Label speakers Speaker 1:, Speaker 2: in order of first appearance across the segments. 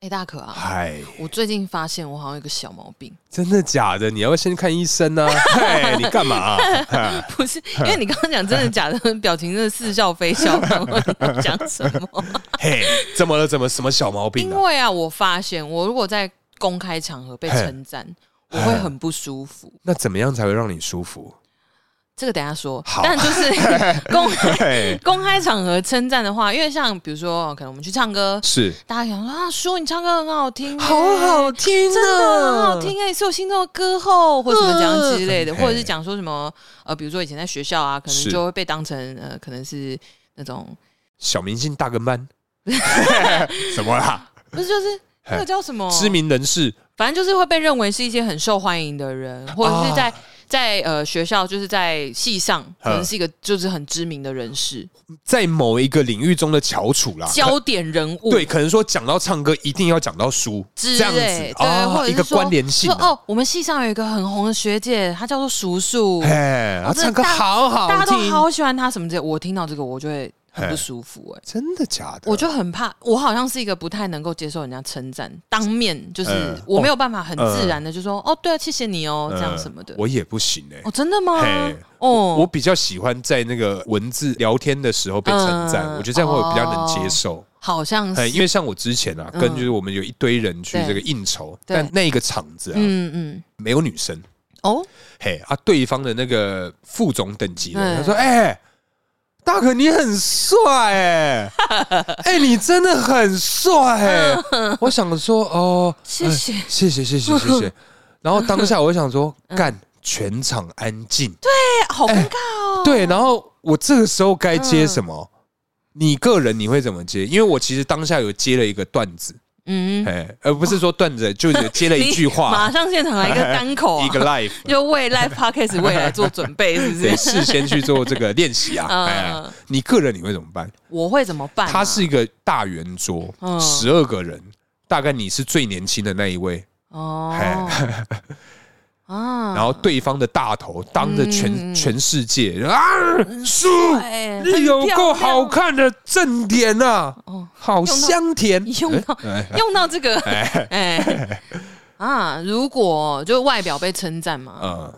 Speaker 1: 哎、大可 啊，
Speaker 2: 嗨，
Speaker 1: 我最近发现我好像有个小毛病，
Speaker 2: 真的假的？你要不要先去看医生啊？嗨，你干嘛啊、嗨
Speaker 1: 不是因为你刚刚讲真的假的， 表情真的似笑非笑，然后你要讲什么？
Speaker 2: 嘿，怎么了？怎么什么小毛 病
Speaker 1: 因
Speaker 2: 啊？
Speaker 1: 为啊，我发现我如果在公开场合被称赞，我会很不舒服。
Speaker 2: 那怎么样才会让你舒服？
Speaker 1: 这个等一下说，
Speaker 2: 好
Speaker 1: 但就是 公
Speaker 2: 嘿，
Speaker 1: 公开场合称赞的话，因为像比如说，哦可能我们去唱歌，
Speaker 2: 是，
Speaker 1: 大家想说啊，叔你唱歌很好啊听耶，欸
Speaker 2: 听
Speaker 1: 真的很好听哎、是我心中的歌后，或什么讲
Speaker 2: 嗯
Speaker 1: 之类的，
Speaker 2: 嘿
Speaker 1: 或者是讲说什么呃，比如说以前在学校啊，可能
Speaker 2: 是
Speaker 1: 就会被当成呃，可能是那种
Speaker 2: 小明星大 跟班，什么啦？
Speaker 1: 不是就是
Speaker 2: 嘿
Speaker 1: 那个叫什么
Speaker 2: 知，名人士
Speaker 1: 反正就是会被认为是一些很受欢迎的人，或
Speaker 2: 啊
Speaker 1: 者是在、在呃学校就是在系上可
Speaker 2: 嗯
Speaker 1: 能是一个就是很知名的人士，
Speaker 2: 在某一个领域中的翘楚啦。
Speaker 1: 焦点人物
Speaker 2: 对，啊可能说讲到唱歌，一定要讲到书，
Speaker 1: 之
Speaker 2: 这样
Speaker 1: 类
Speaker 2: 子啊
Speaker 1: 对，或者
Speaker 2: 一
Speaker 1: 是
Speaker 2: 个
Speaker 1: 说
Speaker 2: 关联性
Speaker 1: 说
Speaker 2: 啊。
Speaker 1: 哦，我们系上有一个很红的学姐，她叫做叔叔，
Speaker 2: 哎，他
Speaker 1: 哦真的
Speaker 2: 唱歌
Speaker 1: 大
Speaker 2: 好好
Speaker 1: 大家都
Speaker 2: 听，
Speaker 1: 好喜欢她什么之类的，我听到这个我就会很不
Speaker 2: 嘿
Speaker 1: 舒服哎、
Speaker 2: 真的假的？
Speaker 1: 我就很怕，我好像是一个不太能够接受人家称赞，当面就是、
Speaker 2: 嗯
Speaker 1: 我
Speaker 2: 哦
Speaker 1: 没有办法很自然的就说、哦，对啊，谢谢你哦，这样
Speaker 2: 嗯
Speaker 1: 什么的。
Speaker 2: 我也不行哎、
Speaker 1: 哦，真的吗
Speaker 2: 嘿？
Speaker 1: 哦，
Speaker 2: 我比较喜欢在那个文字聊天的时候被称赞，
Speaker 1: 嗯
Speaker 2: 我觉得这样会比较能接受。
Speaker 1: 好像
Speaker 2: 哎，
Speaker 1: 是，
Speaker 2: 因为像我之前啊，
Speaker 1: 嗯
Speaker 2: 跟就是我们有一堆人去这个应酬，
Speaker 1: 对
Speaker 2: 但那个场子啊、
Speaker 1: 嗯嗯，
Speaker 2: 没有女生，
Speaker 1: 哦，
Speaker 2: 嘿啊，对方的那个副总等级的人，
Speaker 1: 嗯
Speaker 2: 他说：“哎、大可你很帅 哎、哎、你真的很帅哎、
Speaker 1: 嗯
Speaker 2: 我想说哦，
Speaker 1: 谢谢
Speaker 2: 哎谢谢谢谢 谢谢。然后当下我就想说，
Speaker 1: 嗯
Speaker 2: 干，全场安静。
Speaker 1: 哎，好尴尬哦。嗯
Speaker 2: 对，然后我这个时候该接什么？你个人你会怎么接？因为我其实当下有接了一个段子，
Speaker 1: 嗯，
Speaker 2: 哎、而不是说段子，就是接了一句
Speaker 1: 你马
Speaker 2: 话，
Speaker 1: 上现场来一个单口啊
Speaker 2: 一个 live，
Speaker 1: 就为 Live Podcast 未来做准备，是不
Speaker 2: 得
Speaker 1: 是？
Speaker 2: 事先去做这个练习啊。
Speaker 1: 嗯
Speaker 2: 哎，你个人你会怎么办？
Speaker 1: 我会怎么办啊？
Speaker 2: 它是一个大圆桌，
Speaker 1: 嗯
Speaker 2: 十二个人，大概你是最年轻的那一位，
Speaker 1: 哦
Speaker 2: 哎，
Speaker 1: 啊，
Speaker 2: 然后对方的大头当着全
Speaker 1: 嗯
Speaker 2: 全世界啊，叔，
Speaker 1: 哎，很
Speaker 2: 你有
Speaker 1: 漂
Speaker 2: 够
Speaker 1: 亮
Speaker 2: 好，看的正点呐
Speaker 1: 哦，
Speaker 2: 好香甜，
Speaker 1: 用到
Speaker 2: 哎
Speaker 1: 用到这个， 哎啊，如果就外表被称赞嘛，
Speaker 2: 嗯，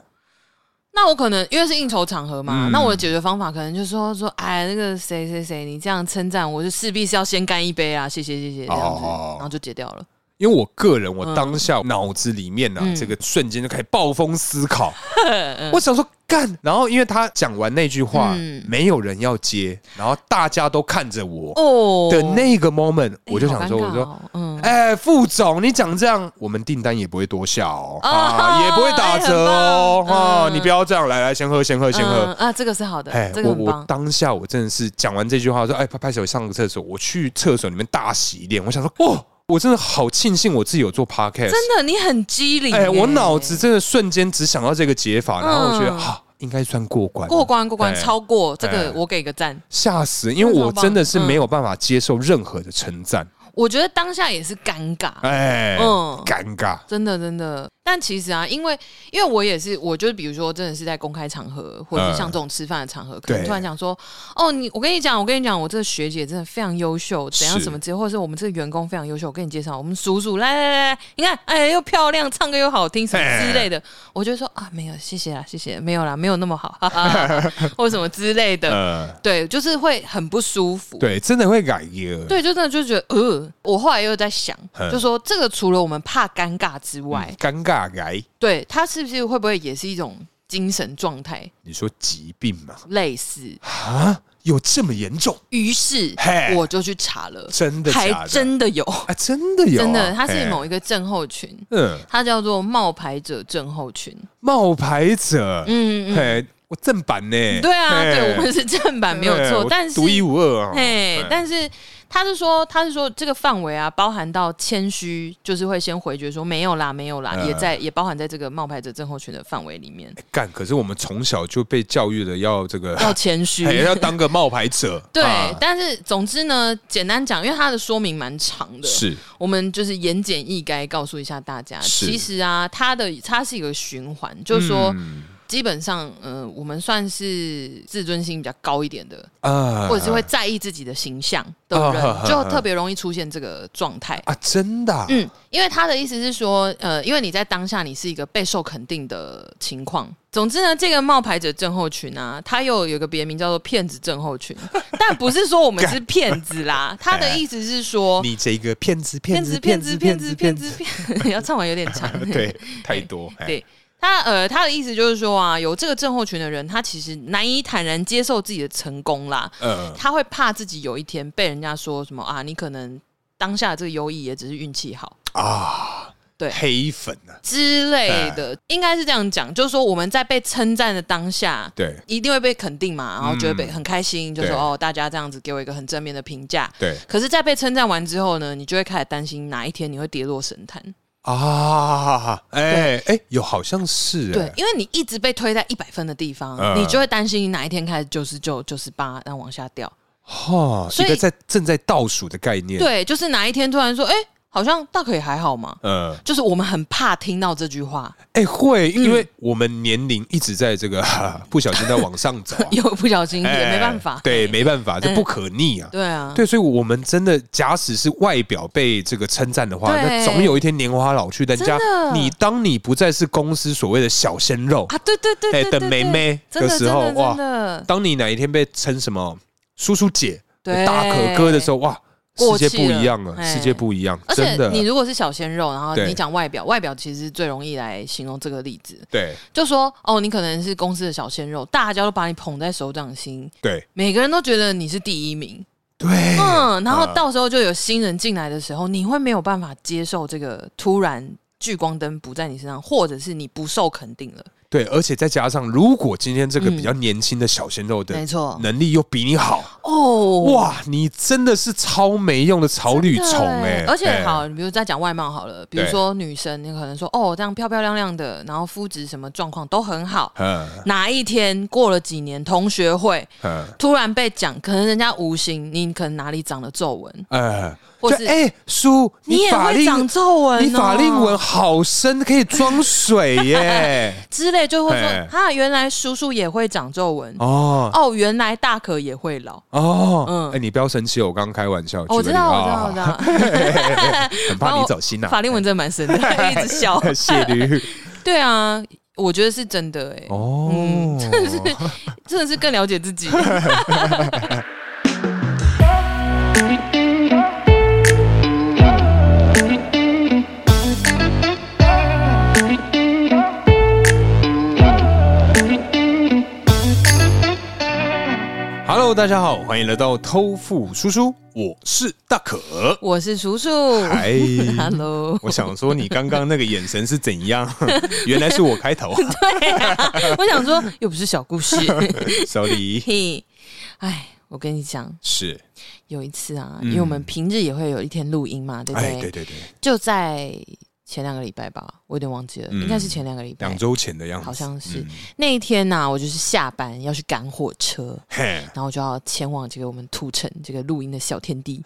Speaker 1: 那我可能因为是应酬场合嘛，
Speaker 2: 嗯
Speaker 1: 那我的解决方法可能就说说，哎，那个谁谁谁，你这样称赞我，就势必是要先干一杯啊，谢谢谢谢这样子，
Speaker 2: 哦
Speaker 1: 然后就解掉了。
Speaker 2: 因为我个人，我
Speaker 1: 嗯
Speaker 2: 当下脑子里面呢、啊
Speaker 1: 嗯
Speaker 2: 这个瞬间就开始暴风思 考。我想说干，然后因为他讲完那句话，
Speaker 1: 嗯
Speaker 2: 没有人要接，然后大家都看着我
Speaker 1: 哦
Speaker 2: 的那个 moment，、
Speaker 1: 哎
Speaker 2: 我就想说，
Speaker 1: 好尴尬
Speaker 2: 我说，
Speaker 1: 哦嗯，
Speaker 2: 哎、副总，你讲这样，我们订单也不会多下哦，
Speaker 1: 哦
Speaker 2: 啊，也不会打折哦，
Speaker 1: 哎很棒
Speaker 2: 哦，
Speaker 1: 嗯
Speaker 2: 你不要这样，来来，先喝，先喝，先喝。
Speaker 1: 嗯啊，这个是好的
Speaker 2: 哎，，
Speaker 1: 这个
Speaker 2: 我
Speaker 1: 很
Speaker 2: 我
Speaker 1: 棒。
Speaker 2: 当下我真的是讲完这句话说，哎，拍拍手上个厕所，我去厕所里面大洗脸，我想说，哦，我真的好庆幸我自己有做 podcast，
Speaker 1: 真的，你很机灵耶、
Speaker 2: 哎、我脑子真的瞬间只想到这个解法，然后我觉得
Speaker 1: 嗯
Speaker 2: 啊，应该算过关了，
Speaker 1: 过关过关，
Speaker 2: 哎
Speaker 1: 超过这个
Speaker 2: 哎，
Speaker 1: 我给个赞。
Speaker 2: 吓死，因为我真的是没有办法接受任何的称赞，
Speaker 1: 我觉得当下也是尴尬，
Speaker 2: 哎、
Speaker 1: 嗯
Speaker 2: 尴尬，
Speaker 1: 真的真的。但其实啊，因为因为我也是，我就是比如说，真的是在公开场合，或者是像这种吃饭的场合，可能
Speaker 2: 对
Speaker 1: 突然讲说，哦，你我跟你讲，我跟你讲，我这个学姐真的非常优秀，怎样
Speaker 2: 是
Speaker 1: 怎么之类，或者是我们这个员工非常优秀，我跟你介绍，我们叔叔来来来来，你看，哎，又漂亮，唱歌又好听，什么之类 的，我就说啊，没有，谢谢啦，谢谢，没有啦，没有那么好，哈哈哈哈或什么之类的，
Speaker 2: 呃，
Speaker 1: 对，就是会很不舒服。
Speaker 2: 对，真的会改耶，
Speaker 1: 对，就真的就觉得，呃，我后来又在想，
Speaker 2: 嗯
Speaker 1: 就说这个除了我们怕尴尬之
Speaker 2: 嗯，
Speaker 1: 外，
Speaker 2: 尴尬癌，
Speaker 1: 对他是不是会不会也是一种精神状态
Speaker 2: 你说疾病嘛？
Speaker 1: 类似？
Speaker 2: 啊，有这么严重？
Speaker 1: 于是
Speaker 2: 嘿
Speaker 1: 我就去查了，
Speaker 2: 真的假
Speaker 1: 还
Speaker 2: 的？
Speaker 1: 真的有，
Speaker 2: 啊，真的有啊、
Speaker 1: 真的，它是
Speaker 2: 嘿
Speaker 1: 某一个症候群，
Speaker 2: 嗯
Speaker 1: 它叫做冒牌者症候群。
Speaker 2: 冒牌者，
Speaker 1: 嗯嗯，
Speaker 2: 嘿，我正版呢？
Speaker 1: 对啊，
Speaker 2: 嘿
Speaker 1: 对我们是正版没有
Speaker 2: 嘿
Speaker 1: 错
Speaker 2: 我，
Speaker 1: 但是
Speaker 2: 独一无二啊。
Speaker 1: 嘿，但是他是说，他是说这个范围啊，包含到谦虚，就是会先回绝说没有啦，没有啦，
Speaker 2: 嗯哎
Speaker 1: 也在也包含在这个冒牌者症候群的范围里面，
Speaker 2: 干，可是我们从小就被教育的要这个，
Speaker 1: 要谦虚，
Speaker 2: 嘿要当个冒牌者。
Speaker 1: 对，
Speaker 2: 啊
Speaker 1: 但是总之呢，简单讲，因为它的说明蛮长的，
Speaker 2: 是
Speaker 1: 我们就是言简意赅告诉一下大家。
Speaker 2: 是
Speaker 1: 其实啊，它的它是一个循环，就是说，
Speaker 2: 嗯
Speaker 1: 基本上，呃，我们算是自尊心比较高一点的，
Speaker 2: 啊，
Speaker 1: 或者是会在意自己的形象的
Speaker 2: 啊
Speaker 1: 人，
Speaker 2: 呵呵呵
Speaker 1: 就特别容易出现这个状态。
Speaker 2: 啊，真的啊，
Speaker 1: 嗯，因为他的意思是说，呃，因为你在当下你是一个备受肯定的情况。总之呢，这个冒牌者症候群啊，它又有一个别名叫做骗子症候 群，但不是说我们是骗子 啦，他的意思是说。
Speaker 2: 你这个骗子，
Speaker 1: 骗
Speaker 2: 骗
Speaker 1: 子，
Speaker 2: 子，
Speaker 1: 骗子，
Speaker 2: 子，
Speaker 1: 骗
Speaker 2: 骗
Speaker 1: 子，骗
Speaker 2: 骗
Speaker 1: 子，， 骗，要唱完有点长。
Speaker 2: 对，太多，哎
Speaker 1: 对他呃，他的意思就是说啊，有这个症候群的人，他其实难以坦然接受自己的成功啦，
Speaker 2: 嗯，
Speaker 1: 他会怕自己有一天被人家说什么啊，你可能当下这个优异也只是运气好
Speaker 2: 啊，
Speaker 1: 对
Speaker 2: 黑粉啊，
Speaker 1: 之类的，应该是这样讲，就是说我们在被称赞的当下。
Speaker 2: 对
Speaker 1: 一定会被肯定嘛，然后就会被
Speaker 2: 嗯
Speaker 1: 很开心，就说
Speaker 2: 对
Speaker 1: 哦，大家这样子给我一个很正面的评价。
Speaker 2: 对
Speaker 1: 可是，在被称赞完之后呢，你就会开始担心哪一天你会跌落神坛。
Speaker 2: 啊，哎哎，有好像是，
Speaker 1: 对
Speaker 2: 哎，
Speaker 1: 因为你一直被推在一百分的地方，
Speaker 2: 嗯
Speaker 1: 你就会担心你哪一天开始九十九、九十八，然后往下掉。
Speaker 2: 哈，
Speaker 1: 所
Speaker 2: 一
Speaker 1: 以
Speaker 2: 个在正在倒数的概念，，
Speaker 1: 对，就是哪一天突然说，哎、好像大可也还好嘛。
Speaker 2: 嗯，
Speaker 1: 就是我们很怕听到这句话，
Speaker 2: 哎，会，因
Speaker 1: 嗯
Speaker 2: 为我们年龄一直在这个 不小心在往上走啊
Speaker 1: ，有不小心也
Speaker 2: 哎
Speaker 1: 没办法。
Speaker 2: 对，没办法，这
Speaker 1: 嗯
Speaker 2: 不可逆啊。
Speaker 1: 对啊，
Speaker 2: 对，所以，我们真的，假使是外表被这个称赞的话，
Speaker 1: 对
Speaker 2: 那总有一天年华老去，人
Speaker 1: 真
Speaker 2: 家
Speaker 1: 的
Speaker 2: 你当你不再是公司所谓的小鲜肉，
Speaker 1: 啊，对对对
Speaker 2: 哎
Speaker 1: 对对
Speaker 2: 的妹妹
Speaker 1: 真的
Speaker 2: 的时候
Speaker 1: 真，的
Speaker 2: 哇
Speaker 1: 真，的
Speaker 2: 当你哪一天被称什么叔叔姐、
Speaker 1: 对
Speaker 2: 大可哥的时候，哇，世
Speaker 1: 过气
Speaker 2: 界
Speaker 1: 了
Speaker 2: 不一样了，
Speaker 1: 哎
Speaker 2: 世界不一样，
Speaker 1: 而且
Speaker 2: 真的
Speaker 1: 你如果是小鲜肉，然后
Speaker 2: 对
Speaker 1: 你讲外表，外表其实是最容易来形容这个例子，
Speaker 2: 对
Speaker 1: 就说哦，你可能是公司的小鲜肉，大家都把你捧在手掌心，
Speaker 2: 对
Speaker 1: 每个人都觉得你是第一 名，
Speaker 2: 对，
Speaker 1: 嗯，然后
Speaker 2: 啊
Speaker 1: 到时候就有新人进来的时候，你会没有办法接受这个突然聚光灯不在你身上，或者是你不受肯定了。
Speaker 2: 对，而且再加上，如果今天这个
Speaker 1: 嗯
Speaker 2: 比较年轻的小鲜肉的
Speaker 1: 没错，
Speaker 2: 能力又比你好，
Speaker 1: 哦，
Speaker 2: 哇，你真的是超没用的草履虫
Speaker 1: 真的
Speaker 2: 哎
Speaker 1: 欸！而且
Speaker 2: 哎，
Speaker 1: 好，你比如再讲外貌好了，比如说女生，你可能说哦，这样漂漂亮亮的，然后肤质什么状况都很 好。
Speaker 2: 嗯
Speaker 1: 哪一天过了几年，同学会
Speaker 2: 嗯
Speaker 1: 突然被讲，可能人家无形，你可能哪里长了皱纹，
Speaker 2: 嗯，
Speaker 1: 或
Speaker 2: 就是哎叔，
Speaker 1: 你也
Speaker 2: 法
Speaker 1: 会
Speaker 2: 令
Speaker 1: 长皱纹、哦，
Speaker 2: 你法令纹好深，可以装水耶！
Speaker 1: 之类，就会说
Speaker 2: 嘿
Speaker 1: 哈，原来叔叔也会长皱纹，
Speaker 2: 哦
Speaker 1: 哦，原来大可也会老。
Speaker 2: 哦，
Speaker 1: 嗯
Speaker 2: 哎、你不要生气哦，我刚刚开玩笑。
Speaker 1: 哦我
Speaker 2: 举
Speaker 1: 知
Speaker 2: 个
Speaker 1: 道，
Speaker 2: 例
Speaker 1: 我知道，
Speaker 2: 啊
Speaker 1: 我知 道，
Speaker 2: 很怕你走心呐、
Speaker 1: 法令纹真的蛮深 的，一直笑。
Speaker 2: 谢驴
Speaker 1: 对啊，我觉得是真的哎、
Speaker 2: 哦，
Speaker 1: 嗯真的是，真的是更了解自己。
Speaker 2: Hello，大家好，欢迎来到偷富叔叔，我是大可。
Speaker 1: 我是叔叔
Speaker 2: 嗨
Speaker 1: ，Hello。
Speaker 2: 我想说，你刚刚那个眼神是怎样？ 原来是我 开头啊
Speaker 1: 对啊，我想说又不是小 故事。
Speaker 2: ，sorry，
Speaker 1: 嘿，哎，我跟你讲，
Speaker 2: 是，
Speaker 1: 有一次啊，
Speaker 2: 嗯
Speaker 1: 因为我们平日也会有一天录音嘛，对不
Speaker 2: 哎，
Speaker 1: 对？
Speaker 2: 对对对，
Speaker 1: 就在前两个礼拜吧，我有点忘记了，
Speaker 2: 嗯
Speaker 1: 应该是前两个礼拜
Speaker 2: 两。周前的样子，
Speaker 1: 好像是
Speaker 2: 嗯
Speaker 1: 那一天呐、我就是下班要去赶火车，
Speaker 2: 嘿，
Speaker 1: 然后就要前往这个我们土城这个录音的小天 地。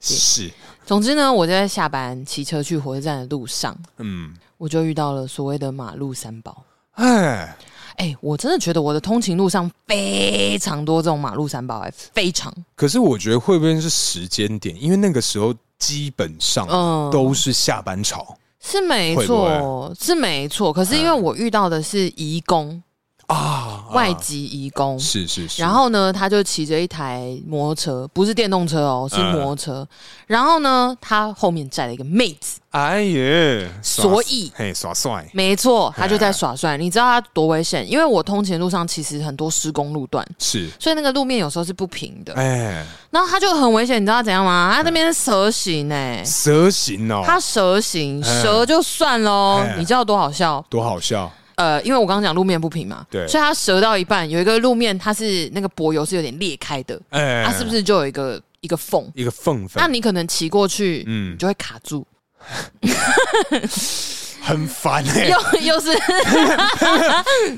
Speaker 2: 是，
Speaker 1: 总之呢，我在下班骑车去火车站的路上，
Speaker 2: 嗯，
Speaker 1: 我就遇到了所谓的马路三宝。
Speaker 2: 哎，
Speaker 1: 哎、我真的觉得我的通勤路上非常多这种马路三宝、哎，非常，
Speaker 2: 可是我觉得会不会是时间点？因为那个时候基本上
Speaker 1: 嗯，
Speaker 2: 都是下班潮
Speaker 1: 是没
Speaker 2: 会嗯
Speaker 1: 错，是没错。可是因为我遇到的是移工，
Speaker 2: 啊，
Speaker 1: 外
Speaker 2: 啊
Speaker 1: 籍移工，
Speaker 2: 是是
Speaker 1: 哦
Speaker 2: 是，
Speaker 1: 然后呢，他就骑着一台摩托车，不是电动车哦，
Speaker 2: 嗯
Speaker 1: 是摩托车。然后呢，他后面载了一个妹子，
Speaker 2: 哎耶，耍
Speaker 1: 所以
Speaker 2: 嘿耍帅，
Speaker 1: 没错，他
Speaker 2: 哎
Speaker 1: 就在耍帅。你知道他多危险？因为我通勤路上其实很多施工路段，
Speaker 2: 是
Speaker 1: 所以那个路面有时候是不平的。
Speaker 2: 哎
Speaker 1: 然后他就很危险，你知道他怎样吗？他那边是蛇形哎、
Speaker 2: 蛇形哦，
Speaker 1: 他蛇形，
Speaker 2: 哎
Speaker 1: 蛇就算喽
Speaker 2: 哎，
Speaker 1: 你知道多好笑？
Speaker 2: 多好笑，
Speaker 1: 呃，因为我刚刚讲路面不平嘛，
Speaker 2: 对
Speaker 1: 所以他折到一半，有一个路面它是那个柏油是有点裂开的，
Speaker 2: 哎，
Speaker 1: 它是不是就有一个一个缝？
Speaker 2: 一个缝
Speaker 1: 那
Speaker 2: 缝？
Speaker 1: 你可能骑过去，
Speaker 2: 嗯
Speaker 1: 你，就会卡住，
Speaker 2: 很烦哎，
Speaker 1: 又又 是，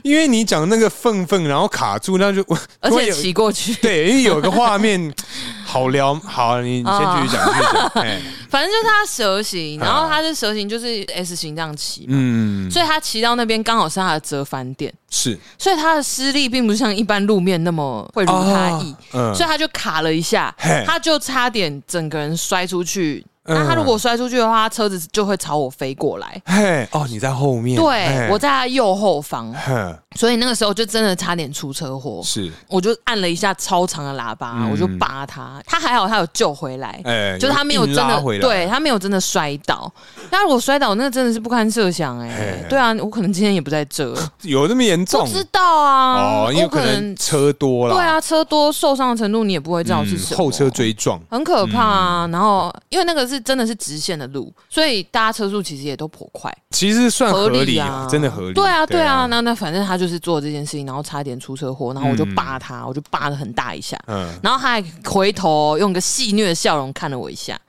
Speaker 2: 因为你讲那个缝缝，然后卡住，那就
Speaker 1: 而
Speaker 2: 突然
Speaker 1: 且
Speaker 2: 有
Speaker 1: 骑过去，
Speaker 2: 对，因为有个画面 好聊，好，你你先继续讲，继续讲。 哎，
Speaker 1: 反正就是他蛇形，然后他的蛇形就是 S 型这样骑，
Speaker 2: 嗯，
Speaker 1: 所以他骑到那边刚好是他的折返点，
Speaker 2: 是
Speaker 1: 所以他的施力并不像一般路面那么会如他意，
Speaker 2: 哦嗯
Speaker 1: 所以他就卡了一下
Speaker 2: 嘿，
Speaker 1: 他就差点整个人摔出去。
Speaker 2: 嗯
Speaker 1: 那他如果摔出去的话，他车子就会朝我飞过来。
Speaker 2: 嘿，哦，你在后面，
Speaker 1: 对，我在
Speaker 2: 在，
Speaker 1: 他右后方，
Speaker 2: 哼
Speaker 1: 所以那个时候就真的差点出车祸。
Speaker 2: 是，
Speaker 1: 我就按了一下超长的喇叭，
Speaker 2: 嗯
Speaker 1: 我就扒他，他还好，他有救回来，
Speaker 2: 哎，
Speaker 1: 就是他没有真
Speaker 2: 硬拉
Speaker 1: 的，
Speaker 2: 回来，
Speaker 1: 对他没有真的摔倒。他如果摔倒，那真的是不堪设想哎、
Speaker 2: 哎
Speaker 1: 对啊，我可能今天也不在 这，
Speaker 2: 有那么严
Speaker 1: 不
Speaker 2: 重？
Speaker 1: 知道啊，
Speaker 2: 哦，因为
Speaker 1: 我
Speaker 2: 可能车多了，
Speaker 1: 对啊，车多受伤的程度你也不会知道是
Speaker 2: 嗯
Speaker 1: 什么，
Speaker 2: 后车嗯追撞，
Speaker 1: 很可怕啊。然后因为那个是真的是直线的路，所以大家车速其实也都颇快，
Speaker 2: 其实算合理
Speaker 1: 啊，
Speaker 2: 真的合理。
Speaker 1: 对啊，对啊，，那那反正他就是做这件事情，然后差点出车祸，然后我就扒他，我就扒了很大一下，
Speaker 2: 嗯，
Speaker 1: 然后他还回头用个戏谑的笑容看了我一 下。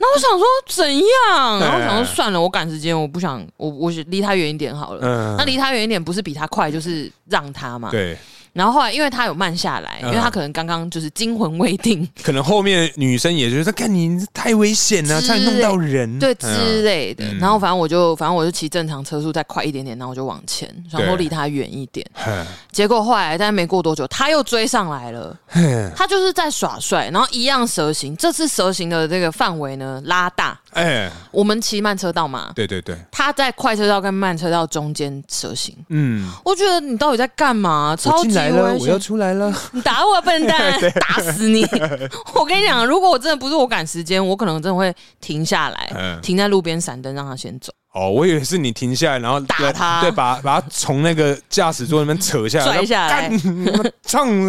Speaker 1: 那我想说怎
Speaker 2: 嗯
Speaker 1: 样？然后我想说算了，我赶时间，我不想，我我离他远一点好了。
Speaker 2: 嗯
Speaker 1: 那离他远一点不是比他快，就是让他嘛。
Speaker 2: 对，
Speaker 1: 然后后来因为他有慢下来，因为
Speaker 2: 嗯
Speaker 1: 他可能刚刚就是惊魂未定，
Speaker 2: 可能后面女生也觉得，看你太危险了，
Speaker 1: 之
Speaker 2: 差点弄到人。
Speaker 1: 对
Speaker 2: 嗯
Speaker 1: 之类的。
Speaker 2: 嗯
Speaker 1: 然后反正我就反正我就骑正常车速，再快一点点，然后我就往前，然后
Speaker 2: 对
Speaker 1: 离他远一点。
Speaker 2: 哼
Speaker 1: 结果后来，但没过多久，他又追上来了。
Speaker 2: 哼
Speaker 1: 他就是在耍帅，然后一样蛇形。这次蛇形的这个范围呢拉大，
Speaker 2: 哎，
Speaker 1: 我们骑慢车道嘛，
Speaker 2: 对对对，
Speaker 1: 他在快车道跟慢车道中间蛇形。
Speaker 2: 嗯，
Speaker 1: 我觉得你到底在干嘛？超
Speaker 2: 我
Speaker 1: 级
Speaker 2: 进来了，
Speaker 1: 危
Speaker 2: 我要
Speaker 1: 险！
Speaker 2: 出来了。
Speaker 1: 你打我笨 蛋，打死你！我跟你讲，如果我真的不是我赶时间，我可能真的会停下来
Speaker 2: 嗯，
Speaker 1: 停在路边闪灯让他先走。
Speaker 2: 哦，我以为是你停下来，然后
Speaker 1: 打
Speaker 2: 对
Speaker 1: 他
Speaker 2: 对，把把他从那个驾驶座那边扯下来，
Speaker 1: 拽下来
Speaker 2: 然后啊干你妈 唱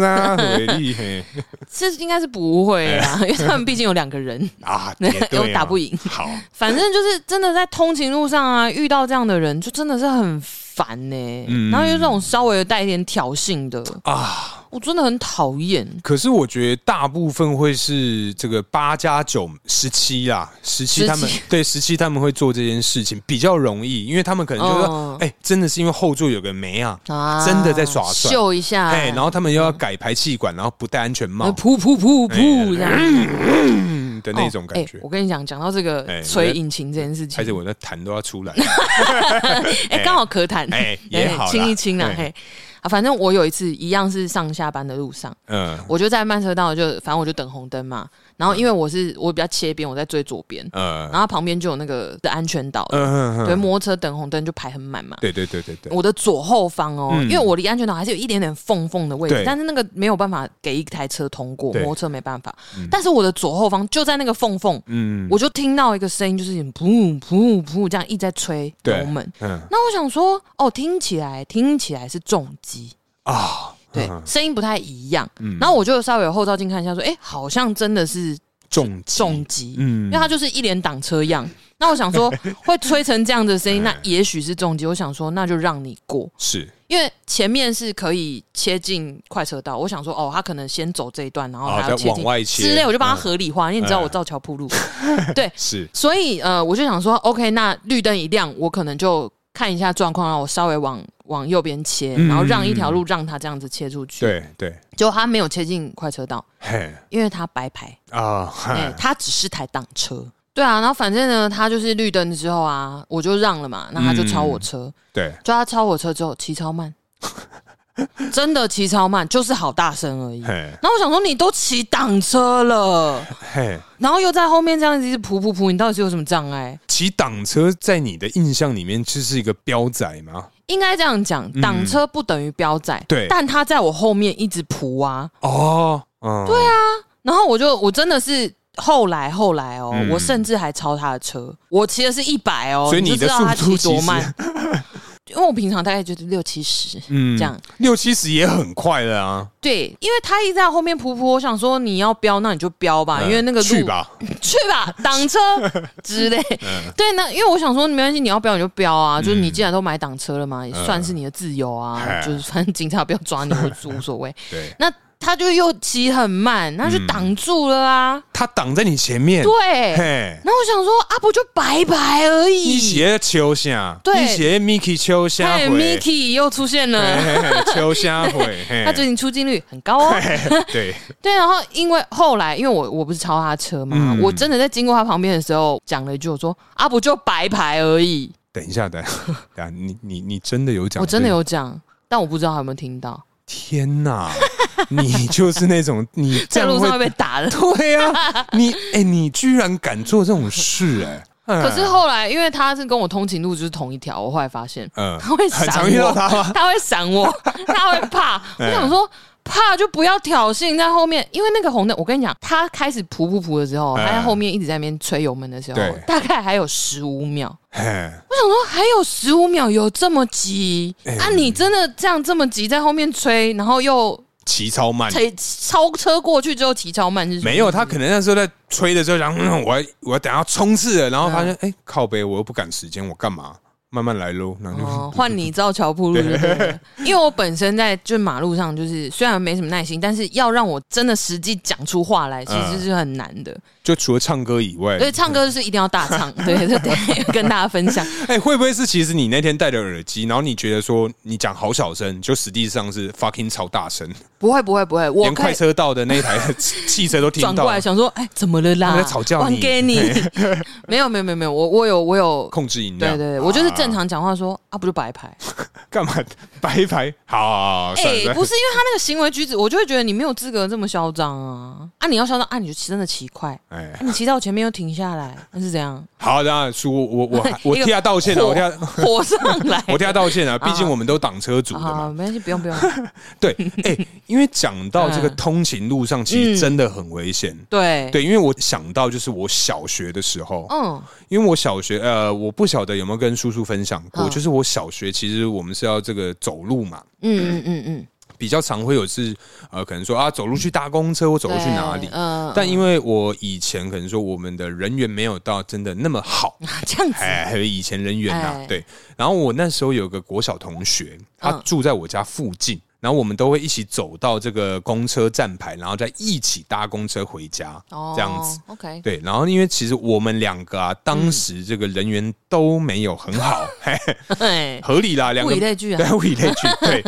Speaker 2: 啊，回力嘿
Speaker 1: 这应该是不会啦， 因为他们毕竟有两个人，
Speaker 2: 啊， 也对哦
Speaker 1: 又打不赢
Speaker 2: 好，
Speaker 1: 反正就是真的在通勤路上啊，遇到这样的人就真的是很烦呢、
Speaker 2: 嗯
Speaker 1: 然后有这种稍微带一点挑衅的
Speaker 2: 啊
Speaker 1: 啊，我真的很讨厌。
Speaker 2: 可是我觉得大部分会是这个八加九十七啦，十七
Speaker 1: 17
Speaker 2: 他们对十七他们会做这件事情比较容易，因为他们可能就说
Speaker 1: 哦，
Speaker 2: 哎、真的是因为后座有个梅啊，
Speaker 1: 啊
Speaker 2: 真的在耍帅
Speaker 1: 秀一下，
Speaker 2: 哎、然后他们又要改排气管，然后不戴安全帽
Speaker 1: 呃噗噗噗噗这样
Speaker 2: 嗯的哎那种感觉
Speaker 1: 哦哎，我跟你讲，讲到这
Speaker 2: 哎
Speaker 1: 个吹引擎这件事
Speaker 2: 而且
Speaker 1: 情，
Speaker 2: 我的痰都要出来了，
Speaker 1: 哎，刚好咳痰，
Speaker 2: 哎也好啦
Speaker 1: 清一清啦
Speaker 2: 哎，
Speaker 1: 嘿。啊，反正我有一次一样是上下班的路上，
Speaker 2: 嗯
Speaker 1: 我就在慢车道就，反正我就等红灯嘛。然后因为我是我比较切边，我在追左边，
Speaker 2: 呃
Speaker 1: 然后旁边就有那个的安全岛，
Speaker 2: 嗯嗯
Speaker 1: 对，
Speaker 2: 嗯，
Speaker 1: 摩托车等红灯就排很满嘛。
Speaker 2: 对对对对对，
Speaker 1: 我的左后方哦，
Speaker 2: 嗯
Speaker 1: 因为我离安全岛还是有一点点缝缝的位置
Speaker 2: 对，
Speaker 1: 但是那个没有办法给一台车通过，
Speaker 2: 对
Speaker 1: 摩托车没办法。但是我的左后方就在那个缝缝，
Speaker 2: 嗯
Speaker 1: 我就听到一个声音，就是噗噗噗这样一直在吹
Speaker 2: 对
Speaker 1: 油门。
Speaker 2: 嗯
Speaker 1: 那我想说，哦，听起来听起来是重击，
Speaker 2: 啊，
Speaker 1: 对
Speaker 2: 嗯，
Speaker 1: 声音不太一样。
Speaker 2: 嗯
Speaker 1: 然后我就稍微有后照镜看一下，说，哎，好像真的是
Speaker 2: 重击
Speaker 1: 重击，
Speaker 2: 嗯
Speaker 1: 因为他就是一脸挡车样。那我想 说，会吹成这样的声音，那也许是重击。我想说，那就让你过，
Speaker 2: 是
Speaker 1: 因为前面是可以切进快车道。我想说，哦，他可能先走这一段，然后
Speaker 2: 哦
Speaker 1: 还要
Speaker 2: 再
Speaker 1: 切
Speaker 2: 往
Speaker 1: 进
Speaker 2: 外切
Speaker 1: 之类，我就帮他
Speaker 2: 嗯
Speaker 1: 合理化，因为你知道我造桥铺路，对，
Speaker 2: 是
Speaker 1: 所以呃，我就想说，OK，那绿灯一亮，我可能就看一下状况，让我稍微往往右边切，
Speaker 2: 嗯
Speaker 1: 然后让一条路让他这样子切出去。，
Speaker 2: 对对
Speaker 1: 结果他没有切进快车道，
Speaker 2: 嘿
Speaker 1: 因为他白牌。
Speaker 2: 啊
Speaker 1: 哎、
Speaker 2: 哈
Speaker 1: 他只是台挡车。对啊，然后反正呢，他就是绿灯之后啊，我就让了嘛，那他就超我车，
Speaker 2: 对
Speaker 1: 就他超我车之后骑超 慢，真的骑超慢，就是好大声而已。然
Speaker 2: 嘿
Speaker 1: 后我想说，你都骑挡车了，
Speaker 2: 嘿。
Speaker 1: 然后又在后面这样子一直噗噗噗，你到底是有什么障碍？
Speaker 2: 骑挡车在你的印象里面就是一个彪仔吗？
Speaker 1: 应该这样讲，挡车不等于标仔，
Speaker 2: 嗯对
Speaker 1: 但他在我后面一直扑啊，
Speaker 2: 哦，嗯，对啊，
Speaker 1: 然后我就我真的是。后来，后来哦，
Speaker 2: 嗯
Speaker 1: 我甚至还超他的车，我骑的是一百哦，
Speaker 2: 所以你
Speaker 1: 你
Speaker 2: 的
Speaker 1: 就知道他
Speaker 2: 速度
Speaker 1: 骑多
Speaker 2: 其实
Speaker 1: 慢。因为我平常大概就是六七十，
Speaker 2: 嗯
Speaker 1: 这样
Speaker 2: 六七十也很快了啊，
Speaker 1: 对，因为他一直在后面扑扑，我想说你要飙，那你就飙吧，
Speaker 2: 嗯
Speaker 1: 啊因为那个路
Speaker 2: 去， 吧，嗯
Speaker 1: 去吧，挡 车之类。对，那因为我想说没关系，你要飙你就飙啊，就是你既然都买挡车了嘛，也算是你的自由啊，
Speaker 2: 嗯
Speaker 1: 就是反正警察不要抓你，我无所谓。
Speaker 2: 对，
Speaker 1: 那他就又骑很慢，他就挡住了啊。
Speaker 2: 他挡在你前面，
Speaker 1: 对，
Speaker 2: 嘿，
Speaker 1: 然后我想说啊，不就白白而
Speaker 2: 你
Speaker 1: 已。
Speaker 2: 写秋香，
Speaker 1: 对
Speaker 2: 你写 Mickey 秋香
Speaker 1: 哎
Speaker 2: 回，
Speaker 1: ，Miki 又出现
Speaker 2: 嘿
Speaker 1: 了，
Speaker 2: 嘿嘿秋香回，嘿
Speaker 1: 他最近出镜率很高哦。
Speaker 2: 嘿 对，
Speaker 1: 对，然后因为后来，因为我我不是超他车嘛，
Speaker 2: 嗯
Speaker 1: 我真的在经过他旁边的时候讲了一句，我说啊，不就白牌而已，
Speaker 2: 等一下，等一下，等一下你你你真的有讲？
Speaker 1: 我真的。有讲，但我不知道他有没有听到，
Speaker 2: 天哪，你就是 那种你
Speaker 1: 在
Speaker 2: 这样
Speaker 1: 路
Speaker 2: 会
Speaker 1: 上会被打的。
Speaker 2: 对呀、 啊，你哎、你居然敢做这种事哎、嗯
Speaker 1: 可是后来，因为他是跟我通勤路就是同一条，我后来发现
Speaker 2: 嗯
Speaker 1: 他会
Speaker 2: 很
Speaker 1: 闪
Speaker 2: 常遇到
Speaker 1: 我，
Speaker 2: 他吗？
Speaker 1: 他会闪 我，他会怕。我
Speaker 2: 哎
Speaker 1: 想说。怕就不要挑衅在后面，因为那个红灯，我跟你讲，他开始噗噗噗的时候，
Speaker 2: 哎
Speaker 1: 他在后面一直在那边吹油门的时候
Speaker 2: 对，
Speaker 1: 大概还有十五秒，
Speaker 2: 哎嘿
Speaker 1: 我想说，还有十五秒，有这么急？
Speaker 2: 哎
Speaker 1: 啊，你真的这样这么急，在后面吹，然后 又
Speaker 2: 骑超慢，
Speaker 1: 吹超车过去之后骑超慢是什么
Speaker 2: 没有他可能那时候在吹的时候想，嗯、我要我要等下要冲刺了，然后发现哎、靠背我又不赶时间，我干嘛？慢慢来喽，然后 就、
Speaker 1: 哦，换你照乔布路就对了，因为我本身在就马路上，就是虽然没什么耐心，但是要让我真的实际讲出话来，其实是很难的。
Speaker 2: 就除了唱歌以外，
Speaker 1: 所以唱歌就是一定要大唱，对对对，跟大家分享。
Speaker 2: 哎、会不会是其实你那天戴的耳机，然后你觉得说你讲好小声，就实际上是 fucking 超大声，
Speaker 1: 不会不会不会，我
Speaker 2: 连
Speaker 1: 可
Speaker 2: 快
Speaker 1: 以
Speaker 2: 车道的那一台 汽车都听
Speaker 1: 转
Speaker 2: 到
Speaker 1: 过来
Speaker 2: 了，
Speaker 1: 想说，哎，怎么了
Speaker 2: 他
Speaker 1: 啦？
Speaker 2: 们在吵架
Speaker 1: 还
Speaker 2: 你
Speaker 1: 给你。没有没有没有没有，我我有我有
Speaker 2: 控制音量。
Speaker 1: 对对对，我就是正
Speaker 2: 啊
Speaker 1: 常讲话说啊，不就白牌？
Speaker 2: 干嘛白一白？ 好好，好
Speaker 1: 哎、
Speaker 2: 哦算了算了
Speaker 1: 不是因为他那个行为举止，我就会觉得你没有资格这么嚣张啊！啊，你要嚣张啊，你就骑真的骑快，啊
Speaker 2: 哎、
Speaker 1: 你骑到我前面又停下来，那是怎样？
Speaker 2: 好，等下叔，我我我 我
Speaker 1: 一个
Speaker 2: 替他道歉啊，
Speaker 1: 火
Speaker 2: 我替他
Speaker 1: 火上来
Speaker 2: 我替他道歉啊，
Speaker 1: 啊
Speaker 2: 毕竟我们都挡车族的
Speaker 1: 啊！
Speaker 2: 嘛。
Speaker 1: 没关系，不用不 用。
Speaker 2: 对，哎、因为讲到这个
Speaker 1: 嗯
Speaker 2: 通勤路上，其
Speaker 1: 嗯
Speaker 2: 实真的很危险。
Speaker 1: 对，
Speaker 2: 对，因为我想到就是我小学的时候，
Speaker 1: 嗯，
Speaker 2: 因为我小学呃，我不晓得有没有跟叔叔分享过，
Speaker 1: 嗯
Speaker 2: 就是我小学其实我们是要这个走路嘛，
Speaker 1: 嗯嗯嗯嗯，
Speaker 2: 比较常会有是呃，可能说啊，走路去搭公车或走路去哪里
Speaker 1: 对。嗯，
Speaker 2: 但
Speaker 1: 为
Speaker 2: 因为我以前可能说我们的人缘没有到真的那么好，
Speaker 1: 啊这样子，
Speaker 2: 哎，还有以前人员呐、
Speaker 1: 嗯哎
Speaker 2: 对。然后我那时候有个国小同学，他
Speaker 1: 嗯
Speaker 2: 住在我家附近，然后我们都会一起走到这个公车站牌，然后再一起搭公车回家，
Speaker 1: 哦，
Speaker 2: 这样子。
Speaker 1: ，OK，
Speaker 2: 对，然后因为其实我们两个啊，当
Speaker 1: 嗯
Speaker 2: 时这个人缘都没有很 好，嘿
Speaker 1: 哎，
Speaker 2: 合理啦， 两
Speaker 1: 物
Speaker 2: 个
Speaker 1: 以类聚啊，
Speaker 2: 对，物 以类聚，对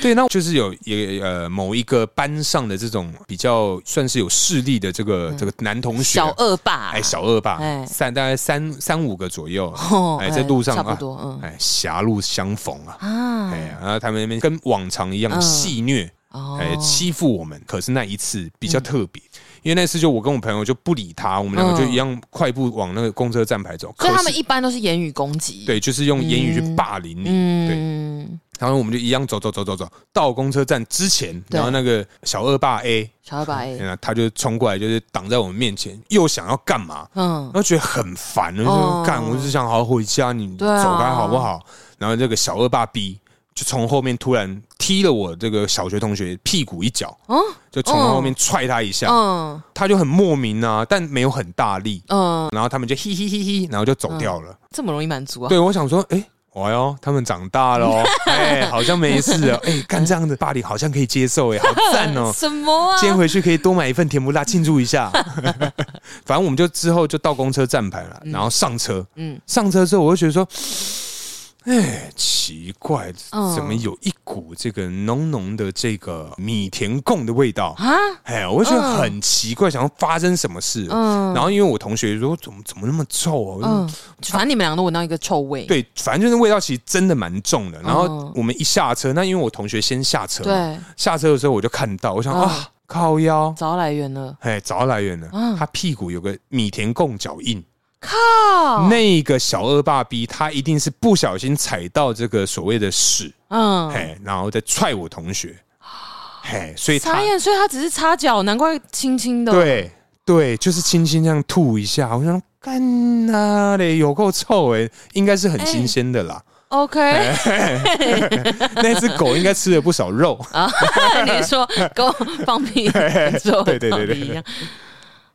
Speaker 2: 对， 那就是有也呃某一个班上的这种比较算是有势力的这个、这个男同
Speaker 1: 嗯
Speaker 2: 学，
Speaker 1: 小恶霸，
Speaker 2: 哎小恶霸，
Speaker 1: 哎
Speaker 2: 三大概三三五个 左右，
Speaker 1: 哦，
Speaker 2: 哎在路上
Speaker 1: 差不
Speaker 2: 啊
Speaker 1: 多，嗯
Speaker 2: 哎狭路相逢啊。
Speaker 1: 啊，
Speaker 2: 哎呀，然后他们那边跟往常一样
Speaker 1: 嗯
Speaker 2: 戏虐，
Speaker 1: 哦嗯
Speaker 2: 哎、欺负我们。可是那一次比较特别，因为那次就我跟我朋友就不理他，我们两个就一样快步往那个公车站牌走。
Speaker 1: 所以
Speaker 2: 可
Speaker 1: 他
Speaker 2: 是
Speaker 1: 们一般都是言语攻击，，
Speaker 2: 对，就是用言语去
Speaker 1: 嗯
Speaker 2: 霸凌你。对，
Speaker 1: 嗯，
Speaker 2: 然后我们就一样走走走走走到公车站之前，
Speaker 1: 对
Speaker 2: 然后那个小恶霸 A，
Speaker 1: 小恶霸哎 A，
Speaker 2: 那他就冲过来，就是挡在我们面前，又想要干嘛？
Speaker 1: 嗯
Speaker 2: 然，后觉得很烦，然
Speaker 1: 哦
Speaker 2: 后就干，我只想好好回家，你走
Speaker 1: 对啊
Speaker 2: 开好不好？然后这个小恶霸 B 就从后面突然踢了我这个小学同学屁股一脚，
Speaker 1: 哦
Speaker 2: 就从后面踹他一下，
Speaker 1: 嗯
Speaker 2: 他就很莫名啊，但没有很大力，
Speaker 1: 嗯，
Speaker 2: 然后他们就嘿嘿嘿嘿，然后就走掉了。
Speaker 1: 这么容易满足啊？、
Speaker 2: 对，我想说，哎、哎呦，他们长大了、哦，哎、好像没事了，哎、干这样的霸凌好像可以接受、哎，好赞哦
Speaker 1: 什么啊？
Speaker 2: 今天回去可以多买一份甜不辣庆祝 一下。 反正我们就之后就到公车站牌了，然后上车，
Speaker 1: 嗯，
Speaker 2: 上车之后我就觉得说，哎，奇怪，
Speaker 1: 嗯
Speaker 2: 怎么有一股这个浓浓的这个米田共的味道？
Speaker 1: 啊，
Speaker 2: 哎，我就觉得很奇怪，想要发生什么事。
Speaker 1: 嗯
Speaker 2: 然后因为我同学说，怎么怎么那么臭哦、
Speaker 1: 嗯，反正你们两个都闻到一个臭味，
Speaker 2: 对，反正就是味道其实真的蛮重的。然后
Speaker 1: 嗯
Speaker 2: 我们一下车，那因为我同学先下车，
Speaker 1: 对，
Speaker 2: 下车的时候我就看到，我想、
Speaker 1: 嗯
Speaker 2: 啊，靠腰，
Speaker 1: 找来源了，
Speaker 2: 哎，找到来源了，
Speaker 1: 嗯
Speaker 2: 他屁股有个米田共脚印，
Speaker 1: 靠，
Speaker 2: 那个小恶霸逼他一定是不小心踩到这个所谓的屎，
Speaker 1: 嗯，啊
Speaker 2: 哎，然后再踹我同学，哎，所以他
Speaker 1: 傻眼，所以他只是擦脚，难怪轻轻的，，
Speaker 2: 对对，就是轻轻这样吐一下，我想说干哪嘞，有够臭哎、应该是很新鲜的啦。
Speaker 1: ，OK，
Speaker 2: 那只狗应该吃了不少肉。
Speaker 1: 啊， 你说跟我放屁，跟说我
Speaker 2: 对对
Speaker 1: 放
Speaker 2: 对对
Speaker 1: 屁一样，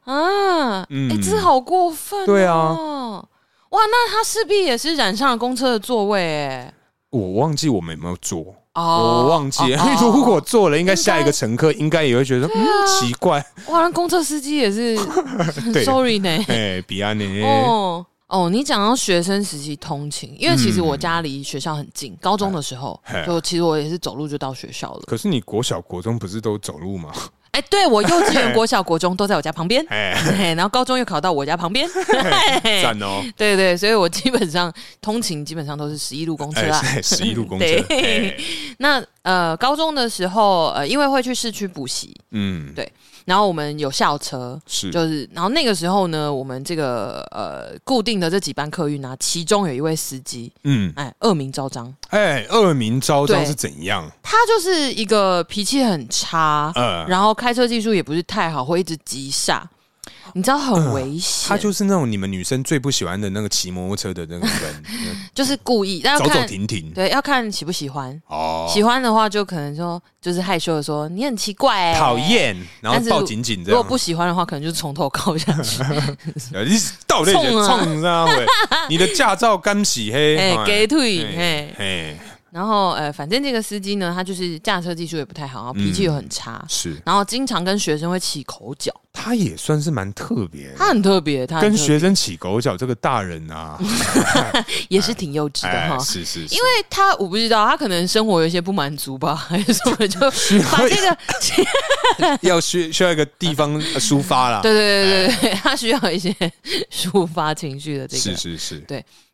Speaker 1: 啊，哎，
Speaker 2: 嗯
Speaker 1: 这好过分，哦
Speaker 2: 对啊
Speaker 1: 啊。哇，那他势必也是染上了公车的座位哎、
Speaker 2: 我忘记我们有没有做，
Speaker 1: 哦
Speaker 2: 我忘记了。
Speaker 1: 哦
Speaker 2: 因为
Speaker 1: 哦
Speaker 2: 如果我做了，应该下一个乘客应该也会觉得嗯
Speaker 1: 啊
Speaker 2: 奇怪，
Speaker 1: 哇，那公车司机也是
Speaker 2: 对
Speaker 1: ，sorry 呢。
Speaker 2: 哎，比安尼，
Speaker 1: 哦哦，你讲到学生时期通勤，因为其实我家离学校很近，高中的时候
Speaker 2: 嗯嘿
Speaker 1: 就其实我也是走路就到学校了。
Speaker 2: 可是你国小国中不是都走路吗？
Speaker 1: 哎、对我幼稚 园、国小、国中都在我家旁边，
Speaker 2: 哎，
Speaker 1: 嘿然后高中又考到我家旁 边，嘿嘿
Speaker 2: 赞哦，
Speaker 1: 对对，所以我基本上通勤基本上都是十一路公车
Speaker 2: 哎
Speaker 1: 啦。
Speaker 2: 是，十一路公车，
Speaker 1: 对
Speaker 2: 哎
Speaker 1: 那呃，高中的时候，呃，因为会去市区补习，
Speaker 2: 嗯，
Speaker 1: 对然后我们有校车，
Speaker 2: 是，
Speaker 1: 就是，然后那个时候呢，我们这个呃固定的这几班客运啊，其中有一位司机，
Speaker 2: 嗯，
Speaker 1: 哎，恶名昭彰，
Speaker 2: 哎，恶名昭彰
Speaker 1: 对
Speaker 2: 是怎样？
Speaker 1: 他就是一个脾气很差，
Speaker 2: 呃，
Speaker 1: 然后开车技术也不是太好，会一直急刹，你知道很危险，
Speaker 2: 嗯他就是那种你们女生最不喜欢的那个骑摩托车的那个人，
Speaker 1: 就是故意，但
Speaker 2: 那
Speaker 1: 要
Speaker 2: 走走
Speaker 1: 看
Speaker 2: 停停。
Speaker 1: 对，要看喜不喜欢，
Speaker 2: 哦，
Speaker 1: 喜欢的话就可能说就是害羞的说你很奇怪、欸，
Speaker 2: 讨。厌，然
Speaker 1: 但
Speaker 2: 后
Speaker 1: 是
Speaker 2: 抱紧紧这
Speaker 1: 如果
Speaker 2: 样。
Speaker 1: 不喜欢的话，可能就是从头靠下 去，哎
Speaker 2: 呃你是到底
Speaker 1: 冲啊
Speaker 2: 冲啊 喂！你的驾照刚洗黑，
Speaker 1: 哎、
Speaker 2: 哎
Speaker 1: 给腿，哎、
Speaker 2: 哎哎
Speaker 1: 然后呃，反正这个司机呢，他就是驾车技术也不太好，然后脾气又很差，
Speaker 2: 是，
Speaker 1: 然后经常跟学生会起口角。
Speaker 2: 他也算是蛮特别的，
Speaker 1: 他很特别，他很
Speaker 2: 嗯跟
Speaker 1: 特别
Speaker 2: 学生起狗脚，这个大人啊，
Speaker 1: 也是挺幼稚的哈。
Speaker 2: 哎是是是，
Speaker 1: 因为他我不知道，他可能生活有一些不满足吧，还是什么， 就把这个，，
Speaker 2: 要需需要一个地方呃抒发啦
Speaker 1: 对对对对对，他需要一些抒发情绪的这
Speaker 2: 是
Speaker 1: 个。
Speaker 2: 是是，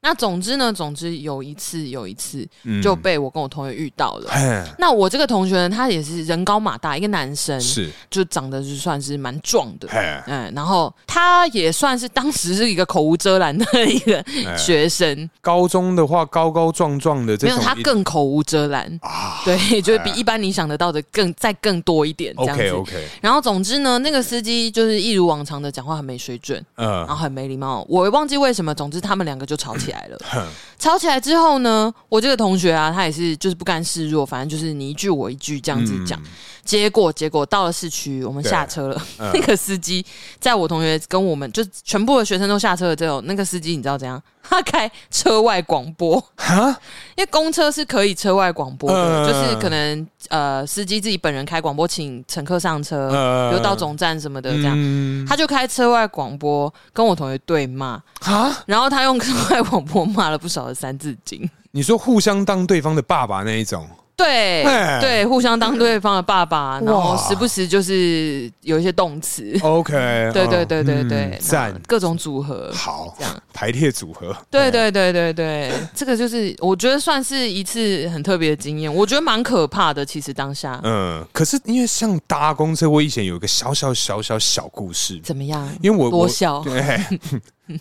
Speaker 1: 那总之呢，总之有一次有一次
Speaker 2: 嗯
Speaker 1: 就被我跟我同学遇到了。
Speaker 2: 哎
Speaker 1: 那我这个同学呢，他也是人高马大，一个男生，
Speaker 2: 是
Speaker 1: 就长得是算是蛮壮的，
Speaker 2: 哎
Speaker 1: 嗯，然后他也算是当时是一个口无遮拦的一个
Speaker 2: 哎
Speaker 1: 学生，
Speaker 2: 高中的话，高高壮壮的这
Speaker 1: 没有
Speaker 2: 种
Speaker 1: 他
Speaker 2: 一
Speaker 1: 更口无遮拦，
Speaker 2: 啊
Speaker 1: 对，就是比一般你想得到的更再更多一点这样子。
Speaker 2: ，OK OK，
Speaker 1: 然后总之呢，那个司机就是一如往常的讲话很没水准，然后
Speaker 2: 嗯，
Speaker 1: 很没礼貌，我也忘记为什么。总之他们两个就吵起来了。
Speaker 2: 哼
Speaker 1: 吵起来之后呢，我这个同学啊，他也是就是不甘示弱，反正就是你一句我一句这样子讲。，结果结果到了市区，我们
Speaker 2: 嗯对
Speaker 1: 下车了。
Speaker 2: 嗯
Speaker 1: 那个司机在我同学跟我们就全部的学生都下车了之后，那个司机你知道怎样？他开车外广播，
Speaker 2: 哈，
Speaker 1: 因为公车是可以车外广播的，
Speaker 2: 嗯
Speaker 1: 就是可能呃司机自己本人开广播，请乘客上车，
Speaker 2: 呃
Speaker 1: 比如到总站什么的这样。
Speaker 2: 样
Speaker 1: 他就开车外广播跟我同学对骂，
Speaker 2: 啊，
Speaker 1: 然后他用车外广播骂了不少的《三字经》。
Speaker 2: 你说互相当对方的爸爸那一种，
Speaker 1: 对
Speaker 2: 哎
Speaker 1: 对，互相当对方的爸爸，然后
Speaker 2: 哇
Speaker 1: 时不时就是有一些动词，
Speaker 2: OK，
Speaker 1: 对对
Speaker 2: 嗯
Speaker 1: 对对对，然
Speaker 2: 嗯
Speaker 1: 后
Speaker 2: 赞，
Speaker 1: 各种组合，
Speaker 2: 好
Speaker 1: 这样，
Speaker 2: 排列组合，
Speaker 1: 对对对对对，这个就是我觉得算是一次很特别的经验，我觉得蛮可怕的。其实当下
Speaker 2: 嗯，可是因为像搭公车，我以前有一个小小小小小故事，
Speaker 1: 怎么样？
Speaker 2: 因为我
Speaker 1: 多
Speaker 2: 我
Speaker 1: 小
Speaker 2: 对，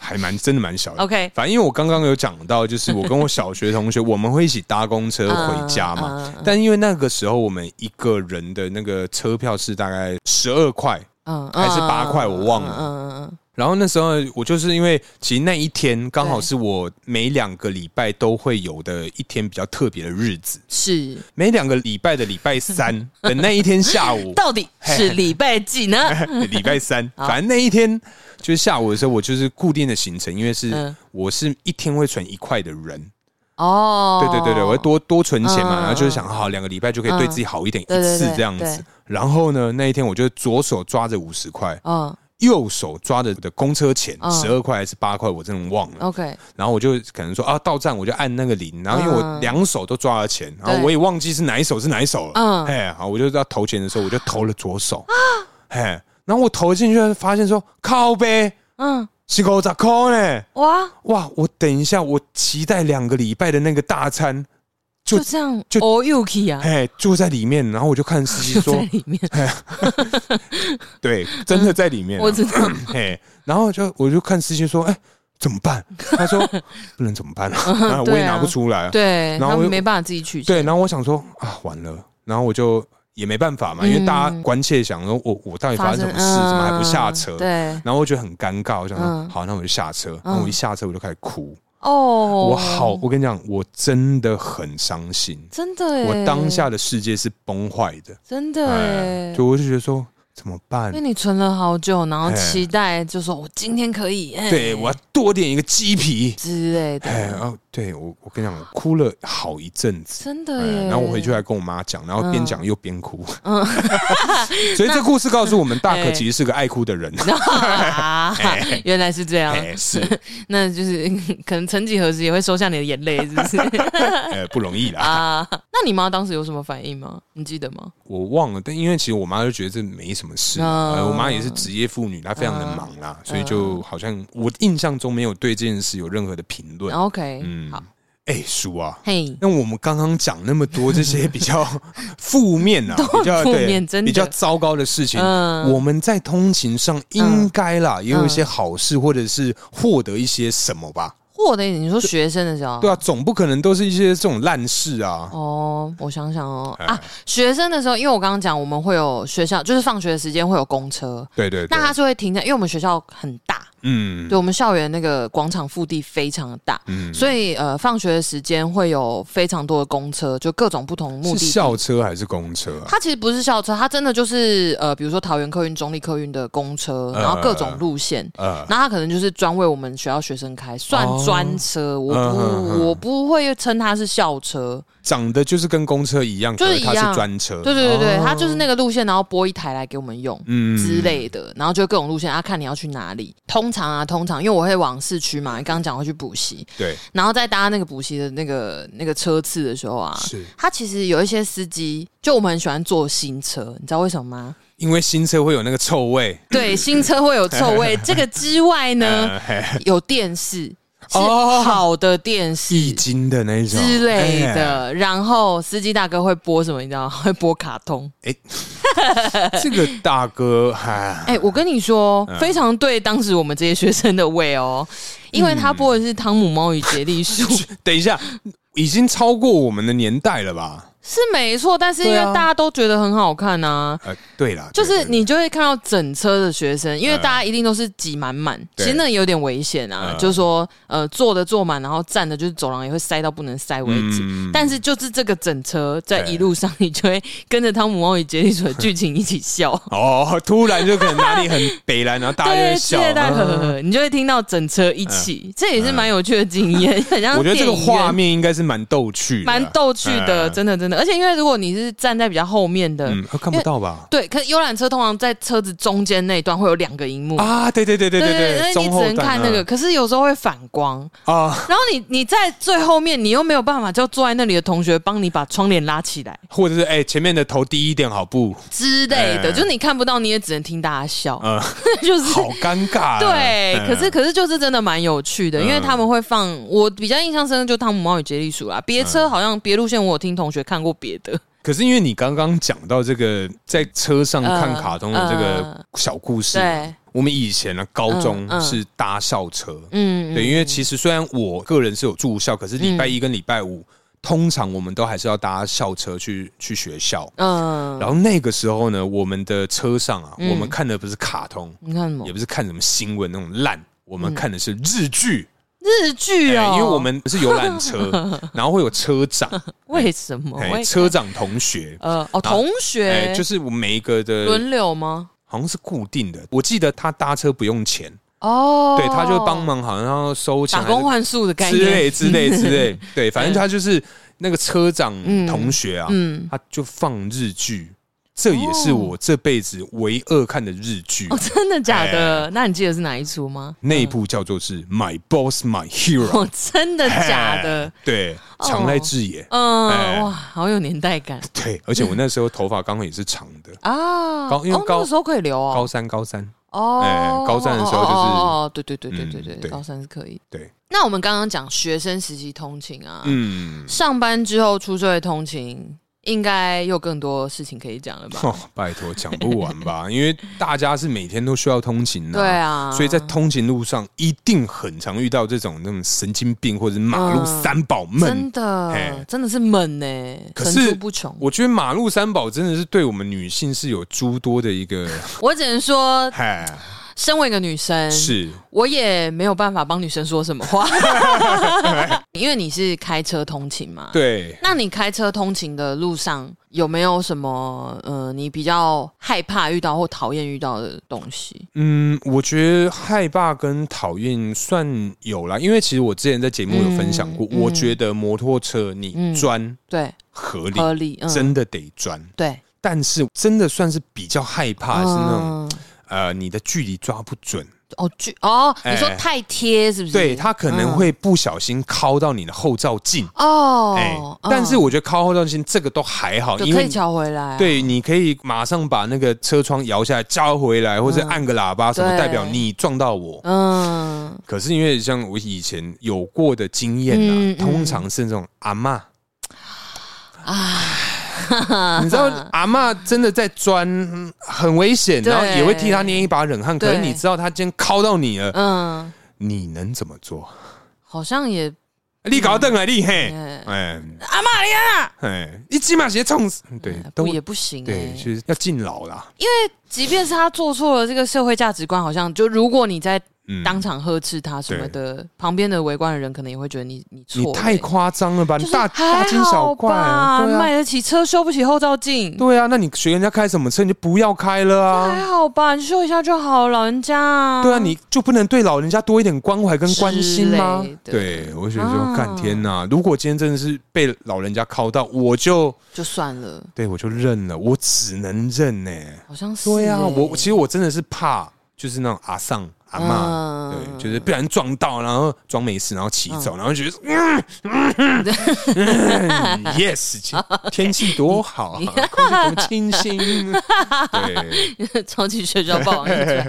Speaker 2: 还蛮真的蛮小的。
Speaker 1: ？OK，
Speaker 2: 反正因为我刚刚有讲到，就是我跟我小学同学，我们会一起搭公车回家嘛。
Speaker 1: 嘛，
Speaker 2: 但因为那个时候我们一个人的那个车票是大概十二块，
Speaker 1: 嗯，嗯
Speaker 2: 还是八块我忘了
Speaker 1: 嗯嗯
Speaker 2: 然后那时候我就是因为其实那一天刚好是我每两个礼拜都会有的一天比较特别的日子，
Speaker 1: 是，
Speaker 2: 每两个礼拜的礼 拜三的那一天下午，
Speaker 1: 到底是礼拜几呢？
Speaker 2: 礼拜三，
Speaker 1: 好
Speaker 2: 反正那一天就是下午的时候，我就是固定的行程，因为是
Speaker 1: 嗯
Speaker 2: 我是一天会存一块的人，
Speaker 1: 哦，
Speaker 2: 对对对对，我会多多存
Speaker 1: 嗯
Speaker 2: 钱
Speaker 1: 嗯
Speaker 2: 嘛，
Speaker 1: 嗯
Speaker 2: 然后就是想好两个礼拜就可以对自己好一点，
Speaker 1: 嗯
Speaker 2: 一
Speaker 1: 对
Speaker 2: 次
Speaker 1: 对对
Speaker 2: 这样
Speaker 1: 对
Speaker 2: 子。然后呢，那一天我就左手抓着五十块，
Speaker 1: 嗯
Speaker 2: 右手抓着我的公车钱
Speaker 1: 嗯
Speaker 2: 十二块还是八块，我真的忘了。
Speaker 1: ，OK，
Speaker 2: 然后我就可能说啊，到站我就按那个铃，然后因为
Speaker 1: 嗯
Speaker 2: 我两手都抓了钱，然后
Speaker 1: 对
Speaker 2: 我也忘记是哪一手是哪一手了，
Speaker 1: 嗯
Speaker 2: 哎，好，我就要投钱的时候，我就投了 左手，哎，然后我投进去发现说靠呗，
Speaker 1: 嗯，
Speaker 2: 是五十块呢，
Speaker 1: 哇，
Speaker 2: 哇，我等一下，我期待两个礼拜的那个大餐，
Speaker 1: 就
Speaker 2: 就
Speaker 1: 这样
Speaker 2: 就
Speaker 1: ，all you k 啊，
Speaker 2: 哎，就在里面，然后我就看司机
Speaker 1: 就在
Speaker 2: 说，
Speaker 1: 里 面，
Speaker 2: 对，真的在里面啊，
Speaker 1: 我知道，
Speaker 2: 嘿，然后就我就看司机说，哎，怎么 办？他说不能怎么办啊，啊我
Speaker 1: 对
Speaker 2: 也
Speaker 1: 啊
Speaker 2: 拿不出来啊，
Speaker 1: 对，
Speaker 2: 然后
Speaker 1: 他
Speaker 2: 我
Speaker 1: 们
Speaker 2: 又
Speaker 1: 没办法自己取
Speaker 2: 对，
Speaker 1: 钱，
Speaker 2: 然后我想说啊，完了，然后我就也没办法嘛，因为大家关切想说，我我到底发生什么事，
Speaker 1: 嗯
Speaker 2: 怎么还不下车？
Speaker 1: 对，
Speaker 2: 然后我觉得很尴尬，我想说，
Speaker 1: 嗯
Speaker 2: 好，那我就下车。然后我一下车我就开始哭，
Speaker 1: 哦，
Speaker 2: 我好，我跟你讲，我真的很伤心，
Speaker 1: 真的耶，
Speaker 2: 我当下的世界是崩坏的，
Speaker 1: 真的
Speaker 2: 哎
Speaker 1: 耶，
Speaker 2: 就我就觉得说怎么办
Speaker 1: 因为？你存了好久，然后
Speaker 2: 哎
Speaker 1: 期待就说我今天可以，哎
Speaker 2: 对我要多点一个鸡皮，
Speaker 1: 之类
Speaker 2: 哎，
Speaker 1: 的，
Speaker 2: 然后对我，我跟你讲，我哭了好一阵子。
Speaker 1: 真的耶。
Speaker 2: 哎然后我回去还跟我妈讲，然后边讲又边哭。
Speaker 1: 嗯
Speaker 2: 所以这故事告诉我们，大可
Speaker 1: 哎
Speaker 2: 其实是个爱哭的人。
Speaker 1: 啊，原来是这样，
Speaker 2: 哎，是，
Speaker 1: 那就是 可能曾几何时也会收下你的眼泪，是不是
Speaker 2: 呃，不容易啦。
Speaker 1: 啊？那你妈当时有什么反应吗？你记得吗？
Speaker 2: 我忘了，但因为其实我妈就觉得这没什么事，
Speaker 1: 嗯
Speaker 2: 呃，我妈也是职业妇女，她非常的忙
Speaker 1: 哦
Speaker 2: 啦，所以就好像我印象中没有对这件事有任何的评论。
Speaker 1: 啊 OK，、
Speaker 2: 嗯
Speaker 1: 哦好，
Speaker 2: 哎、叔啊，
Speaker 1: 嘿，
Speaker 2: 那我们刚刚讲那么多这些比较 负面啊，
Speaker 1: 都
Speaker 2: 比较
Speaker 1: 很负
Speaker 2: 对
Speaker 1: 面真的
Speaker 2: 比较糟糕的事情，
Speaker 1: 嗯
Speaker 2: 我们在通勤上应该啦，也有一些好事，或者是获得一些什么吧？
Speaker 1: 或者你说学生的时候，
Speaker 2: 对啊，总不可能都是一些这种烂事啊。
Speaker 1: 哦，我想想哦
Speaker 2: 哎
Speaker 1: 啊，学生的时候，因为我刚刚讲我们会有学校，就是放学的时间会有公车，
Speaker 2: 对对对
Speaker 1: 那，它就会停在，因为我们学校很大，
Speaker 2: 嗯
Speaker 1: 对我们校园那个广场腹地非常的大，
Speaker 2: 嗯，
Speaker 1: 所以呃，放学的时间会有非常多的公车，就各种不同的目
Speaker 2: 是
Speaker 1: 的地。
Speaker 2: 校车还是公车啊？
Speaker 1: 它其实不是校车，它真的就是呃，比如说桃园客运、中立客运的公车，
Speaker 2: 嗯
Speaker 1: 然后各种路线。
Speaker 2: 呃，
Speaker 1: 那它可能就是专为我们学校学生开，算
Speaker 2: 哦
Speaker 1: 专车，我
Speaker 2: 嗯
Speaker 1: 不、
Speaker 2: 哼哼
Speaker 1: 我不会称它是校车，
Speaker 2: 长得就是跟公车一样，
Speaker 1: 就
Speaker 2: 可
Speaker 1: 是
Speaker 2: 是
Speaker 1: 一
Speaker 2: 它
Speaker 1: 样
Speaker 2: 是专车。
Speaker 1: 对对对对，
Speaker 2: 哦
Speaker 1: 它就是那个路线，然后拨一台来给我们用。
Speaker 2: 嗯
Speaker 1: 之。类的，然后就各种路线，啊，看你要去哪里。通常啊，通常因为我会往市区嘛，你刚刚讲会去补习，
Speaker 2: 对，
Speaker 1: 然后在搭那个补习的那个那个车次的时候啊，
Speaker 2: 是
Speaker 1: 他其实有一些司机，就我们很喜欢坐新车，你知道为什么吗？
Speaker 2: 因为新车会有那个臭味。
Speaker 1: 对，新车会有臭味。这个之外呢，
Speaker 2: 呃，嘿
Speaker 1: 有电视是
Speaker 2: 哦
Speaker 1: 好的电视。
Speaker 2: 易经的那一种
Speaker 1: 之类。
Speaker 2: 哎
Speaker 1: 的，然后司机大哥会播什么？你知道吗？ 会播卡通。
Speaker 2: 这个大哥， 哎，
Speaker 1: 哎、我跟你说，
Speaker 2: 嗯
Speaker 1: 非常对当时我们这些学生的胃哦，因为他播的是《汤姆猫与杰利鼠》
Speaker 2: 等一下，已经超过我们的年代了吧？
Speaker 1: 是没错，但是因为
Speaker 2: 对啊
Speaker 1: 大家都觉得很好看啊。
Speaker 2: 呃，对啦，
Speaker 1: 就是
Speaker 2: 对对
Speaker 1: 你就会看到整车的学生，因为
Speaker 2: 嗯
Speaker 1: 大家一定都是挤满满，其
Speaker 2: 对
Speaker 1: 实那有点危险啊。
Speaker 2: 嗯
Speaker 1: 就是说，呃，坐的坐满，然后站的就是走廊也会塞到不能塞为止。
Speaker 2: 嗯
Speaker 1: 但是就是这个整车在
Speaker 2: 对
Speaker 1: 一路上，你就会跟着《汤姆猫与杰利鼠》的剧情一起笑。
Speaker 2: 哦，突然就可能哪里很北蓝，然后大家 就
Speaker 1: 对，
Speaker 2: 会
Speaker 1: 谢
Speaker 2: 笑。
Speaker 1: 谢大家呵呵
Speaker 2: 嗯
Speaker 1: 呵，你就会听到整车一起，这也是蛮有趣的经验， 很像
Speaker 2: 我觉得这个
Speaker 1: 电影院
Speaker 2: 画面应该是蛮逗趣的，
Speaker 1: 蛮逗趣的，
Speaker 2: 嗯
Speaker 1: 真的真的。而且因为如果你是站在比较后面的，
Speaker 2: 嗯，看不到吧？
Speaker 1: 对，可是游览车通常在车子中间那一段会有两个荧幕。
Speaker 2: 啊，对对对对对，
Speaker 1: 那你
Speaker 2: 中后
Speaker 1: 只能
Speaker 2: 段
Speaker 1: 看那个，
Speaker 2: 嗯
Speaker 1: 可是有时候会反光，
Speaker 2: 啊，
Speaker 1: 然后你你在最后面，你又没有办法叫坐在那里的同学帮你把窗帘拉起来
Speaker 2: 或者是哎、前面的头低一点好不？
Speaker 1: 之类的，
Speaker 2: 哎
Speaker 1: 就是你看不到，你也只能听大家笑，
Speaker 2: 嗯
Speaker 1: 就是
Speaker 2: 好尴尬、啊。
Speaker 1: 对，
Speaker 2: 嗯
Speaker 1: 可是可是就是真的蛮有趣的，因为
Speaker 2: 嗯
Speaker 1: 他们会放我比较印象深刻就《汤姆猫与杰利鼠》啦，别车好像别路线我有听同学看过别的，
Speaker 2: 可是因为你刚刚讲到这个在车上看卡通的这
Speaker 1: 嗯
Speaker 2: 个小故事，
Speaker 1: 对，
Speaker 2: 我们以前呢高中
Speaker 1: 嗯嗯
Speaker 2: 是搭校车，
Speaker 1: 嗯，
Speaker 2: 对，
Speaker 1: 嗯
Speaker 2: 因为其实虽然我个人是有住校，可是礼拜一跟礼拜五、通常我们都还是要搭校车去去学校。
Speaker 1: 嗯，
Speaker 2: 然后那个时候呢，我们的车上啊，
Speaker 1: 嗯
Speaker 2: 我们看的不是卡通，
Speaker 1: 你看什么
Speaker 2: 也不是看什么新闻那种烂，我们看的是日剧。
Speaker 1: 日剧
Speaker 2: 哎
Speaker 1: 嗯哦，
Speaker 2: 因为我们是游览车， 然后会有车长，
Speaker 1: 为什么
Speaker 2: 哎
Speaker 1: 哦我也
Speaker 2: 车长同学，
Speaker 1: 呃哦同
Speaker 2: 哎，
Speaker 1: 学
Speaker 2: 就是我们每一个的
Speaker 1: 轮流吗？
Speaker 2: 好像是固定的。我记得他搭车不用钱，
Speaker 1: 哦，
Speaker 2: 对，他就帮忙好像要收钱
Speaker 1: 打
Speaker 2: 还是
Speaker 1: 工换宿的概
Speaker 2: 之类
Speaker 1: 念，
Speaker 2: 之类之类，对，反正他就是那个车长
Speaker 1: 嗯
Speaker 2: 同学啊，
Speaker 1: 嗯，
Speaker 2: 他就放日剧，这也是我这辈子唯二看的日剧
Speaker 1: 哦，真的
Speaker 2: 哎
Speaker 1: 假的？那你记得是哪一出吗？
Speaker 2: 那一部叫做是《My Boss My Hero》，
Speaker 1: 哦，真的假的？
Speaker 2: 对，
Speaker 1: 哦
Speaker 2: 长濑智也，
Speaker 1: 嗯，
Speaker 2: 哎
Speaker 1: 哇，好有年代感
Speaker 2: 对，而且我那时候头发刚好也是长的，
Speaker 1: 啊！
Speaker 2: 高因为
Speaker 1: 哦那
Speaker 2: 高
Speaker 1: 个时候可以留哦
Speaker 2: 高，三高三，
Speaker 1: 哦
Speaker 2: 哎，高三的时候就
Speaker 1: 哦哦
Speaker 2: 是
Speaker 1: 哦哦对对对对对对，
Speaker 2: 嗯对
Speaker 1: 高三是可以。
Speaker 2: 对，
Speaker 1: 那我们刚刚讲学生时期通勤啊，
Speaker 2: 嗯，
Speaker 1: 上班之后出社会通勤，应该有更多事情可以讲了吧？
Speaker 2: 哦，拜托讲不完吧，因为大家是每天都需要通勤的，
Speaker 1: 对。啊，
Speaker 2: 所以在通勤路上一定很常遇到这种那种神经病或者是马路
Speaker 1: 嗯
Speaker 2: 三宝们
Speaker 1: 真的
Speaker 2: 嘿
Speaker 1: 真的是猛呢、
Speaker 2: 可
Speaker 1: 层
Speaker 2: 是
Speaker 1: 出不穷。
Speaker 2: 我觉得马路三宝真的是对我们女性是有诸多的 一个，
Speaker 1: 我只能说，
Speaker 2: 嗨，
Speaker 1: 身为一个女生，
Speaker 2: 是
Speaker 1: 我也没有办法帮女生说什么话，因为你是开车通勤嘛。。
Speaker 2: 对，
Speaker 1: 那你开车通勤的路上有没有什么呃，你比较害怕遇到或讨厌遇到的东西？
Speaker 2: 嗯，我觉得害怕跟讨厌算有啦，因为其实我之前在节目有分享过，
Speaker 1: 嗯嗯
Speaker 2: 我觉得摩托车
Speaker 1: 嗯
Speaker 2: 你钻
Speaker 1: 对，
Speaker 2: 合理，
Speaker 1: 合理，嗯，
Speaker 2: 真的得钻。
Speaker 1: 对，
Speaker 2: 但是真的算是比较害怕，啊是那种
Speaker 1: 嗯
Speaker 2: 呃，你的距离抓不准，
Speaker 1: 哦，距哦，
Speaker 2: 哎
Speaker 1: 你说太贴是不是？
Speaker 2: 对，它可能会不小心敲到你的后照镜。
Speaker 1: 哦
Speaker 2: 哎，，
Speaker 1: 嗯
Speaker 2: 但是我觉得敲后照镜这个都还好，
Speaker 1: 就
Speaker 2: 因
Speaker 1: 可
Speaker 2: 为
Speaker 1: 以调回来啊，
Speaker 2: 对，你可以马上把那个车窗摇下来，叫回来，或者
Speaker 1: 嗯
Speaker 2: 按个喇叭，什么
Speaker 1: 对
Speaker 2: 代表你撞到我。
Speaker 1: 嗯，
Speaker 2: 可是因为像我以前有过的经验
Speaker 1: 嗯
Speaker 2: 啊
Speaker 1: 嗯，
Speaker 2: 通常是那种阿嬷，
Speaker 1: 啊，
Speaker 2: 你知道阿嬷真的在钻嗯很危险，
Speaker 1: 对
Speaker 2: 然后也会替她捏一把冷汗。可
Speaker 1: 对
Speaker 2: 是你知道她今天敲到你了，
Speaker 1: 嗯，
Speaker 2: 你能怎么做？
Speaker 1: 好像也，
Speaker 2: 你搞瞪啊你嘿，
Speaker 1: 哎
Speaker 2: 哎
Speaker 1: 阿玛利亚，
Speaker 2: 哎，你起码先冲死，对，
Speaker 1: 嗯不
Speaker 2: 都
Speaker 1: 也不行，
Speaker 2: 哎对，
Speaker 1: 哎
Speaker 2: 就是要敬老啦。
Speaker 1: 即便是他做错了，这个社会价值观好像就，如果你在
Speaker 2: 嗯
Speaker 1: 当场呵斥他什么的，旁边的围观的人可能也会觉得你你
Speaker 2: 你
Speaker 1: 错了，
Speaker 2: 太夸张了吧？
Speaker 1: 就
Speaker 2: 你
Speaker 1: 是还
Speaker 2: 大大惊小
Speaker 1: 好
Speaker 2: 怪，
Speaker 1: 吧
Speaker 2: 对啊。
Speaker 1: 买得起车修不起后照镜，
Speaker 2: 对啊，那你学人家开什么车，你就不要开了
Speaker 1: 还
Speaker 2: 啊。
Speaker 1: 好吧，你修一下就好，老人家啊，
Speaker 2: 对啊，你就不能对老人家多一点关怀跟关心吗
Speaker 1: 之类？的
Speaker 2: 对，我觉得说，
Speaker 1: 啊
Speaker 2: 看天哪！如果今天真的是被老人家靠到，我就
Speaker 1: 就算了，
Speaker 2: 对我就认了，我只能认呢。
Speaker 1: 好像是
Speaker 2: 对啊，
Speaker 1: 哎
Speaker 2: 我其实我真的是怕，就是那种阿丧阿
Speaker 1: 嗯
Speaker 2: 妈，
Speaker 1: 啊
Speaker 2: 对，就是不然撞到，然后装没事，然后骑走，然后觉得嗯嗯嗯 yes，天气多好啊，空气多清新，对。
Speaker 1: 超级学校霸王硬出来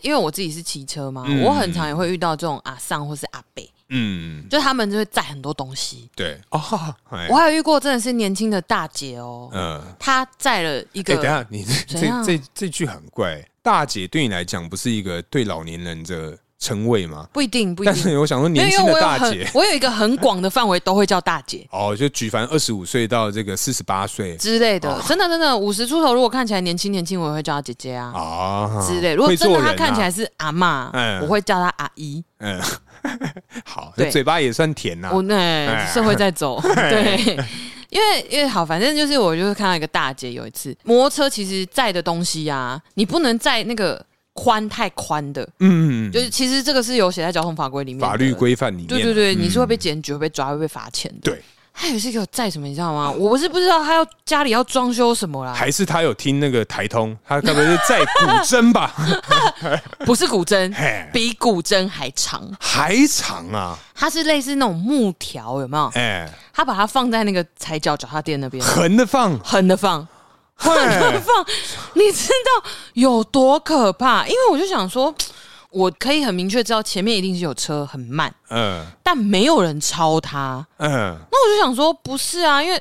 Speaker 1: 因为我自己是骑车嘛，
Speaker 2: 嗯
Speaker 1: 我很常也会遇到这种阿丧或是阿伯，
Speaker 2: 嗯，
Speaker 1: 就他们就会载很多东西。
Speaker 2: 对啊，哎
Speaker 1: 我还有遇过真的是年轻的大姐哦，
Speaker 2: 嗯，
Speaker 1: 她载了一
Speaker 2: 哎，
Speaker 1: 个
Speaker 2: 等一下，你这
Speaker 1: 怎样
Speaker 2: 这这这句很怪。大姐对你来讲不是一个对老年人的称谓吗？
Speaker 1: 不一定不一
Speaker 2: 但
Speaker 1: 定，
Speaker 2: 是我想说，
Speaker 1: 没有
Speaker 2: 年
Speaker 1: 因
Speaker 2: 轻
Speaker 1: 为我
Speaker 2: 的
Speaker 1: 有
Speaker 2: 大
Speaker 1: 很
Speaker 2: 姐
Speaker 1: 我有一个很广的范围都会叫大姐。
Speaker 2: 哦，就举凡二十五岁到这个四十八岁
Speaker 1: 之类的，
Speaker 2: 哦
Speaker 1: 真的真的，五十出头，如果看起来年轻年轻，我也会叫她姐姐啊
Speaker 2: 啊
Speaker 1: 之类。如果
Speaker 2: 会
Speaker 1: 真的
Speaker 2: 做人
Speaker 1: 她
Speaker 2: 啊
Speaker 1: 看起来是阿嬷，
Speaker 2: 嗯
Speaker 1: 我会叫她阿姨。
Speaker 2: 嗯， 好，
Speaker 1: 对
Speaker 2: 那嘴巴也算甜呐。
Speaker 1: 我那
Speaker 2: 哎
Speaker 1: 社会在走，对，因为因为好，反正就是我就是看到一个大姐有一次摩托车其实载的东西啊，你不能载那个宽太宽的，
Speaker 2: 嗯，
Speaker 1: 就是其实这个是有写在交通法规里面的
Speaker 2: 法律，规范里面，嗯
Speaker 1: 对对对，你是会被检举、会被抓、会被罚钱的。
Speaker 2: 对，
Speaker 1: 还有是给我载什么，你知道吗？我是不知道他要家里要装修什么啦，
Speaker 2: 还是他有听那个台通，他该不会是在古筝吧？
Speaker 1: 不是古筝
Speaker 2: 嘿，
Speaker 1: 比古筝还长，
Speaker 2: 还长啊，
Speaker 1: 它是类似那种木条，有没有？
Speaker 2: 哎，
Speaker 1: 他把它放在那个踩脚脚踏垫那边，
Speaker 2: 横的放，
Speaker 1: 横的放。
Speaker 2: 嘿
Speaker 1: 放，你知道有多可怕？因为我就想说，我可以很明确知道前面一定是有车很慢，
Speaker 2: 嗯
Speaker 1: 但没有人超他。
Speaker 2: 嗯，
Speaker 1: 那我就想说，不是啊，因为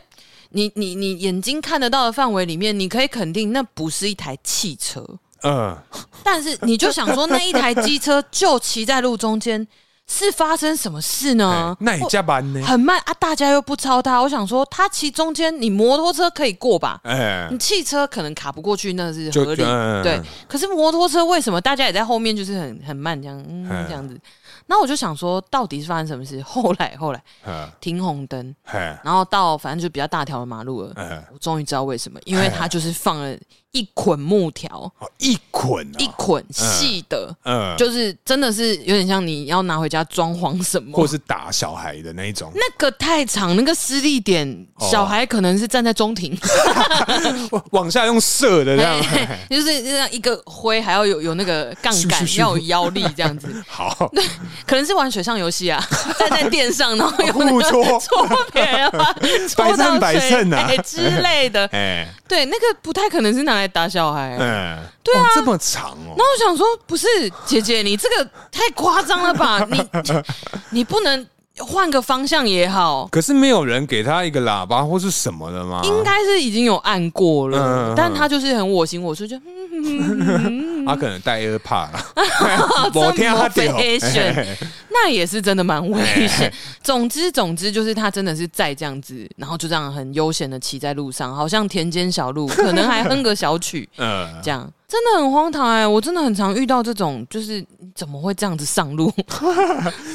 Speaker 1: 你你你眼睛看得到的范围里面，你可以肯定那不是一台汽车，
Speaker 2: 嗯，
Speaker 1: 但是你就想说那一台机车就骑在路中间，是发生什么事呢
Speaker 2: 哎？那你加班呢？
Speaker 1: 很慢啊，大家又不超他。我想说，他骑中间，你摩托车可以过吧？
Speaker 2: 哎
Speaker 1: 你，汽车可能卡不过去，那是
Speaker 2: 就
Speaker 1: 合理，
Speaker 2: 就嗯
Speaker 1: 对。可是摩托车为什么大家也在后面，就是很很慢这样、嗯、
Speaker 2: 嗯
Speaker 1: 这样子？那我就想说，到底是发生什么事？后来后来
Speaker 2: 嗯
Speaker 1: 停红灯，
Speaker 2: 嘿，
Speaker 1: 然后到反正就比较大条的马路了。
Speaker 2: 嗯，
Speaker 1: 我终于知道为什么，因为他就是放了一捆木条，
Speaker 2: 哦一捆啊，
Speaker 1: 一捆细的，
Speaker 2: 嗯，
Speaker 1: 就是真的是有点像你要拿回家装潢什么
Speaker 2: 或。是打小孩的那一种。
Speaker 1: 那个太长，那个失力点，
Speaker 2: 哦
Speaker 1: 小孩可能是站在中庭，
Speaker 2: 往哦往下用射的这样，
Speaker 1: 嘿嘿 就是这样一个挥，还要有有那个杠
Speaker 2: 咻咻
Speaker 1: 杆，
Speaker 2: 咻
Speaker 1: 要有腰力这样子。
Speaker 2: 好，
Speaker 1: 可能是玩水上游戏 啊，站在垫上，然后有 那
Speaker 2: 互
Speaker 1: 个
Speaker 2: 戳，
Speaker 1: 戳别人啊，戳到
Speaker 2: 哦百战百胜啊
Speaker 1: 水哎之类的。
Speaker 2: 哎，
Speaker 1: 对，那个不太可能是拿来打小孩。然
Speaker 2: 嗯，对啊，这么长哦，
Speaker 1: 后我想说，不是姐姐，你这个太夸张了 吧？你你不能换个方向也好，
Speaker 2: 可是没有人给他一个喇叭或是什么的吗？
Speaker 1: 应该是已经有按过
Speaker 2: 嗯嗯
Speaker 1: 了
Speaker 2: 嗯，
Speaker 1: 但他就是很我行我素，就
Speaker 2: 他可能戴 AirPod 啦，某天他哦
Speaker 1: 这
Speaker 2: 丢
Speaker 1: 么 fashion 那也是真的蛮危险。总之，总之就是他真的是在这样子，然后就 这样很悠闲的骑在路上，好像田间小路，可能还哼个小曲，
Speaker 2: 嗯，
Speaker 1: 这样真的很荒唐哎、我真的很常遇到这种，就是你怎么会这样子上 路？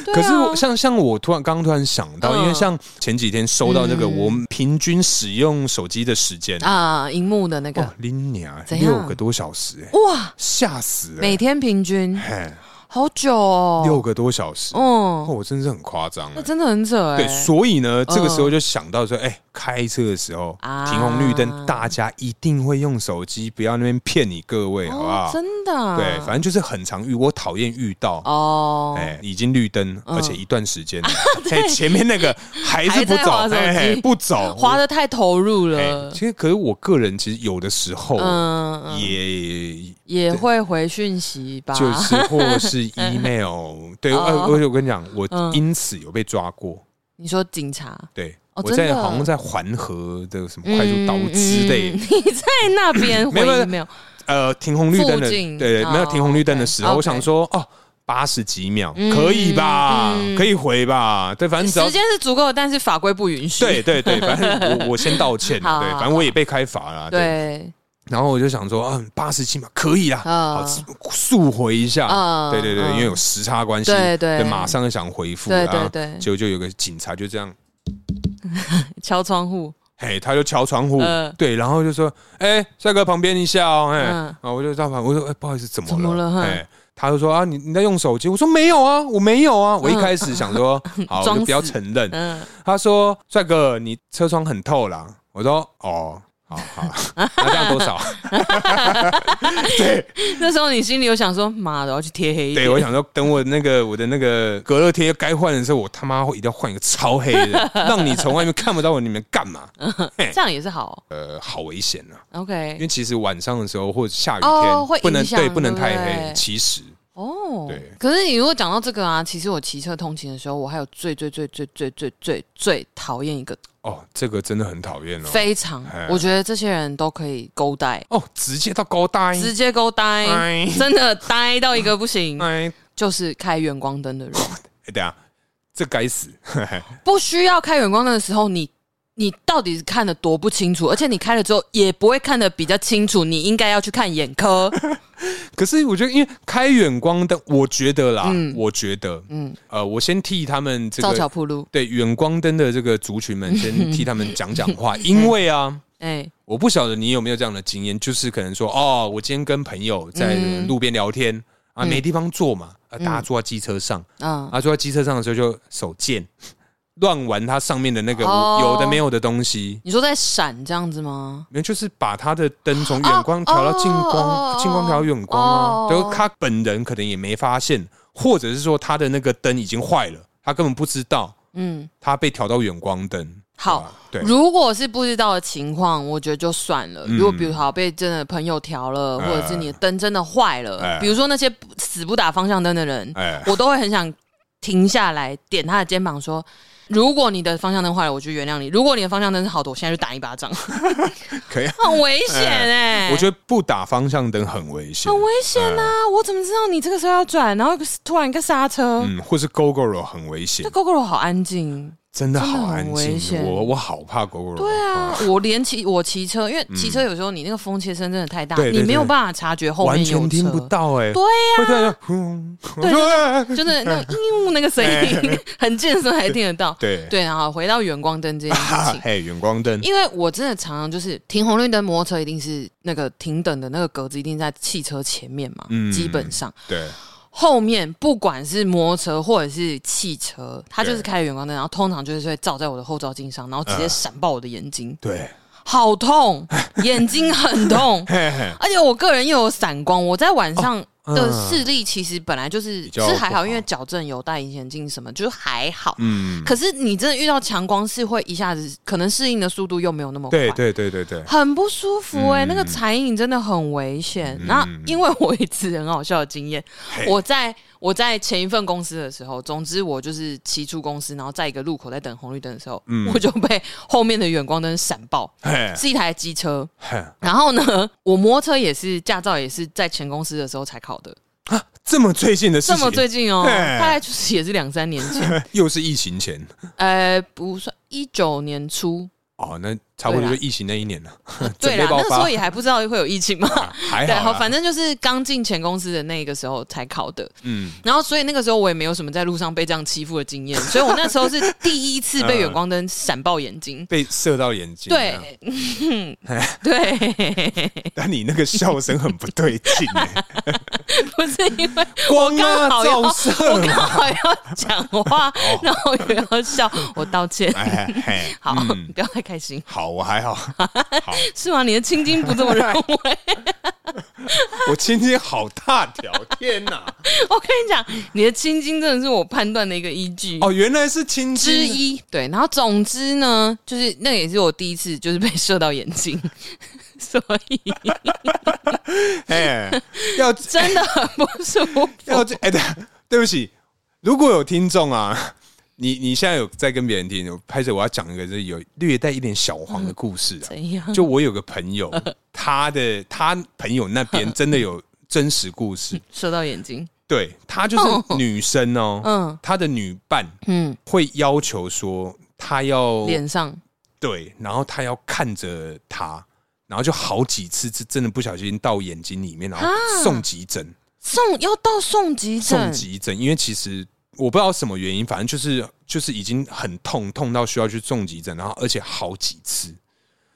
Speaker 1: 对啊
Speaker 2: 可是我像像我突然刚刚突然想到，
Speaker 1: 嗯
Speaker 2: 因为像前几天收到那个
Speaker 1: 嗯
Speaker 2: 我们平均使用手机的时间，
Speaker 1: 啊，荧幕的那个
Speaker 2: 哦，拎你啊，
Speaker 1: 怎样
Speaker 2: 六个多小时、欸，
Speaker 1: 哇，
Speaker 2: 吓死、
Speaker 1: 每
Speaker 2: 欸！
Speaker 1: 天平均
Speaker 2: 嘿，
Speaker 1: 好久哦，
Speaker 2: 六个多小时，哦，
Speaker 1: 嗯，
Speaker 2: 我真是很夸张、欸
Speaker 1: 那。真的很扯哎、
Speaker 2: 对，所以呢，这个时候就想到说，哎、开车的时候
Speaker 1: 啊
Speaker 2: 停红绿灯，大家一定会用手机，不要那边骗你各位，好不
Speaker 1: 哦
Speaker 2: 好？
Speaker 1: 真的啊
Speaker 2: 欸对，反正就是很常遇，我讨厌遇到。
Speaker 1: 哦，嗯
Speaker 2: 哎，已经绿灯，而且一段时 间了，哎，前面那个还
Speaker 1: 还
Speaker 2: 是不
Speaker 1: 在
Speaker 2: 走，
Speaker 1: 滑手机
Speaker 2: 哎，不走，
Speaker 1: 滑的太投入
Speaker 2: 我。
Speaker 1: 了
Speaker 2: 哎，，其实，可是我个人其实有的时候
Speaker 1: 嗯，嗯
Speaker 2: 也
Speaker 1: 也会回讯息吧，
Speaker 2: 就是或是 email，对，
Speaker 1: 哦
Speaker 2: 呃而且我跟你讲，我
Speaker 1: 嗯
Speaker 2: 因此有被抓过，
Speaker 1: 你说警察。
Speaker 2: 对，
Speaker 1: 哦
Speaker 2: 我
Speaker 1: 真
Speaker 2: 在
Speaker 1: 的
Speaker 2: 好像在环河的什么快速道路之类
Speaker 1: 嗯，嗯嗯 你在那边
Speaker 2: 没有没有
Speaker 1: 回没有？
Speaker 2: 呃，停红绿灯的，
Speaker 1: 附
Speaker 2: 对
Speaker 1: 近
Speaker 2: 对，
Speaker 1: 哦
Speaker 2: 没有停红绿灯的时候，
Speaker 1: OK
Speaker 2: 我想说，哦，八十几秒
Speaker 1: 嗯
Speaker 2: 可以吧
Speaker 1: 嗯，
Speaker 2: 可以回吧，对，反正只要
Speaker 1: 时间是足够，但是法规不允许。
Speaker 2: 对对对，反 正我我先道歉，
Speaker 1: 好
Speaker 2: 对，
Speaker 1: 好
Speaker 2: 反正我也被开罚了，对。
Speaker 1: 对，
Speaker 2: 然后我就想说，啊，八十七秒可以啦，
Speaker 1: 啊
Speaker 2: 好速回一下
Speaker 1: 啊，
Speaker 2: 对对对，
Speaker 1: 啊
Speaker 2: 因为有时差关系，
Speaker 1: 对对
Speaker 2: 马上就想回复，
Speaker 1: 对
Speaker 2: 然
Speaker 1: 对
Speaker 2: 后
Speaker 1: 对
Speaker 2: 结果啊就有个警察就这样，
Speaker 1: 敲窗户，
Speaker 2: 嘿，他就敲窗户
Speaker 1: 嗯，
Speaker 2: 对，然后就说，哎，帅哥旁边一下哦，哎，
Speaker 1: 嗯
Speaker 2: 啊，我就到旁，我说，哎，不好意思，怎
Speaker 1: 怎
Speaker 2: 么
Speaker 1: 么
Speaker 2: 了？
Speaker 1: 了哼
Speaker 2: 哎，他就说啊，你你在用手机？我说没有啊，我没有啊，我一开始 想说，好，我
Speaker 1: 装
Speaker 2: 就
Speaker 1: 死
Speaker 2: 不要承认，
Speaker 1: 嗯，
Speaker 2: 他说：“帅哥，你车窗很透啦。”我说：“哦，好好， 那这样多少？
Speaker 1: 那时候你心里有想说，妈的，我要去贴黑一
Speaker 2: 对
Speaker 1: 点。
Speaker 2: 我想说，等我那个我的那个隔热贴该换的时候，我他妈会一定要换一个超黑 的，让你从外面看不到我里面干嘛？
Speaker 1: 这样也是好
Speaker 2: 呃，好危险啊！因为
Speaker 1: ，OK，
Speaker 2: 其实晚上的时候或者下雨天，
Speaker 1: 嗯哦会
Speaker 2: 不能
Speaker 1: 影响
Speaker 2: 对不能
Speaker 1: 对不
Speaker 2: 太
Speaker 1: 对
Speaker 2: 黑。其实
Speaker 1: 哦
Speaker 2: 对，
Speaker 1: 可是你如果讲到这个啊，其实我骑车通勤的时候，我还有最最最最最最最最讨厌一个，
Speaker 2: 哦，这个真的很讨厌哦。
Speaker 1: 非常
Speaker 2: 哎，
Speaker 1: 我觉得这些人都可以勾带，
Speaker 2: 哦，直接到高大音
Speaker 1: 直接勾呆，
Speaker 2: 哎
Speaker 1: 真的呆到一个不行，
Speaker 2: 哎，
Speaker 1: 就是开远光灯的人。
Speaker 2: 哎等一下，这该死！
Speaker 1: 不需要开远光灯的时候，你你到底是看得多不清楚，而且你开了之后也不会看得比较清楚，你应该要去看眼科。
Speaker 2: 可是我觉得，因为开远光灯，我觉得啦，
Speaker 1: 嗯
Speaker 2: 我觉得，嗯
Speaker 1: 嗯，
Speaker 2: 呃，我先替他们 这
Speaker 1: 造桥
Speaker 2: 个
Speaker 1: 铺路，
Speaker 2: 对远光灯的这个族 群们，先替他们讲讲话，因为啊。
Speaker 1: 哎、
Speaker 2: 我不晓得你有没有这样的经验，就是可能说，哦，我今天跟朋友在
Speaker 1: 嗯
Speaker 2: 路边聊天、啊，没地方坐嘛，啊，大家坐在机车上，
Speaker 1: 嗯，
Speaker 2: 啊，坐在机车上的时候就手贱乱玩它上面的那个
Speaker 1: 哦
Speaker 2: 有的没有的东西，
Speaker 1: 你说在闪这样子吗？
Speaker 2: 没有就是把他的灯从远光调到近
Speaker 1: 哦
Speaker 2: 光，
Speaker 1: 哦
Speaker 2: 近光调到远光啊
Speaker 1: 哦，
Speaker 2: 然后他本人可能也没发现，或者是说他的那个灯已经坏了，他根本不知道
Speaker 1: 嗯，
Speaker 2: 他被调到远光灯。
Speaker 1: 好
Speaker 2: 啊，对，
Speaker 1: 如果是不知道的情况，我觉得就算了。
Speaker 2: 嗯
Speaker 1: 如果比如好被真的朋友调了，
Speaker 2: 哎
Speaker 1: 或者是你的灯真的坏了，
Speaker 2: 哎
Speaker 1: 比如说那些不死不打方向灯的人，
Speaker 2: 哎，
Speaker 1: 我都会很想停下来点他的肩膀说。如果你的方向灯坏了，我就原谅你；如果你的方向灯是好的，我现在就打你巴 掌。
Speaker 2: 可以啊。
Speaker 1: 很危险哎、
Speaker 2: 我觉得不打方向灯很危险
Speaker 1: 很，危险呐、我怎么知道你这个时候要转，然后突然一个刹车？
Speaker 2: 嗯，或是 GoGoRo 很危险
Speaker 1: 这，GoGo 好安静，
Speaker 2: 真的好
Speaker 1: 真的很
Speaker 2: 安
Speaker 1: 危
Speaker 2: 静，
Speaker 1: 险
Speaker 2: 我我好怕 GoGoRo。
Speaker 1: 对啊，我连骑我骑车，因为骑车有时候你那个风切声真的太大，
Speaker 2: 对对
Speaker 1: 你没有
Speaker 2: 对
Speaker 1: 办法察觉后面
Speaker 2: 完
Speaker 1: 有车，
Speaker 2: 全听不到哎，
Speaker 1: 对啊
Speaker 2: 会突然就轰，对
Speaker 1: 真的那种 呜那个声 音，很健身还听得到。
Speaker 2: 对
Speaker 1: 对，然后回到远光灯这件事
Speaker 2: 啊
Speaker 1: 情，
Speaker 2: 嘿，远光灯，
Speaker 1: 因为我真的常常就是停红绿灯，摩托车一定是那个停等的那个格子一定在汽车前面嘛，
Speaker 2: 嗯
Speaker 1: 基本上。
Speaker 2: 对，
Speaker 1: 后面不管是摩托车或者是汽车，它就是开远光灯，然后通常就是会照在我的后照镜上，然后直
Speaker 2: 嗯
Speaker 1: 接闪爆我的眼睛，
Speaker 2: 对，
Speaker 1: 好痛， 眼睛很痛。
Speaker 2: 嘿嘿，
Speaker 1: 而且我个人又有散光，我在晚上
Speaker 2: 哦
Speaker 1: 的
Speaker 2: 嗯
Speaker 1: 视力其实本来就是、
Speaker 2: 比较
Speaker 1: 是还
Speaker 2: 不好
Speaker 1: 好，因为矫正有戴隐形镜什么，就是还好。
Speaker 2: 嗯，
Speaker 1: 可是你真的遇到强光是会一下子，可能适应的速度又没有那么快，
Speaker 2: 对对对对对，
Speaker 1: 很不舒服哎、
Speaker 2: 嗯
Speaker 1: 那个残影真的很危险。
Speaker 2: 嗯
Speaker 1: 那、因为我有一次很好笑的经验
Speaker 2: 嘿，
Speaker 1: 我在我在前一份公司的时候，总之我就是骑出公司，然后在一个路口在等红绿灯的时候，
Speaker 2: 嗯哎
Speaker 1: 我就被后面的远光灯闪爆，
Speaker 2: 嘿，
Speaker 1: 是一台机车。
Speaker 2: 嘿
Speaker 1: 然后呢， 我摩托车也是驾照也是在前公司的时候才考的，
Speaker 2: 这么最近的事
Speaker 1: 这
Speaker 2: 情，
Speaker 1: 么 最近哦，
Speaker 2: 嘿
Speaker 1: 大概 就是也是两三年前，
Speaker 2: 又是疫情前
Speaker 1: 呃，不算一九年初。
Speaker 2: 哦，那差不多就疫情那一年了，
Speaker 1: 对
Speaker 2: 准备
Speaker 1: 啦，
Speaker 2: 爆
Speaker 1: 那时候
Speaker 2: 发
Speaker 1: 也还不知道会有疫情嘛。
Speaker 2: 还
Speaker 1: 对，
Speaker 2: 哎好
Speaker 1: 好，
Speaker 2: 啦，
Speaker 1: 反正就是刚进前公司的那个时候才考的，
Speaker 2: 嗯，
Speaker 1: 然后所以那个时候我也没有什么在路上被这样欺负的经验，所以我那时候是第一次被远光灯闪爆眼睛。
Speaker 2: 被射到眼睛。啊这样，
Speaker 1: 对，对，
Speaker 2: 但你那个笑声很不对劲 欸，
Speaker 1: 不是因为
Speaker 2: 光啊
Speaker 1: 刚好要
Speaker 2: 照射
Speaker 1: 我
Speaker 2: 嘛，
Speaker 1: 刚好要讲话，然后又要笑，我道歉。
Speaker 2: 哎嘿，
Speaker 1: 好，
Speaker 2: 嗯
Speaker 1: 不要太开心，
Speaker 2: 好，我还好，好，
Speaker 1: 是吗？你的青筋不这么认为？
Speaker 2: 我今天好大条，天哪！
Speaker 1: 我跟你讲，你的青筋真的是我判断的一个依据。
Speaker 2: 哦，原来是青
Speaker 1: 之
Speaker 2: 筋，
Speaker 1: 一。对，然后总之呢，就是那也是我第一次就是被射到眼睛， 所 以
Speaker 2: 哎，要
Speaker 1: 真的很不舒服。
Speaker 2: 要这哎，对，对不起，如果有听众啊， 你你现在有在跟别人听，我拍摄我要讲一个就是有略带一点小黄
Speaker 1: 嗯
Speaker 2: 的故事啊。
Speaker 1: 怎样？
Speaker 2: 就我有个朋友，
Speaker 1: 嗯
Speaker 2: 他的他朋友那边真的有真实故事，
Speaker 1: 射到眼睛？
Speaker 2: 对她就是女生哦，
Speaker 1: 嗯
Speaker 2: 她的女伴
Speaker 1: 嗯，
Speaker 2: 会要求说她要
Speaker 1: 脸上
Speaker 2: 对，然后她要看着她，然后就好几次是真的不小心到眼睛里面，然后
Speaker 1: 啊
Speaker 2: 送急诊，
Speaker 1: 送要到送急
Speaker 2: 送
Speaker 1: 诊，
Speaker 2: 急诊，因为其实我不知道什么原因，反正就是就是已经很痛，痛到需要去送急诊，然后而且好几次。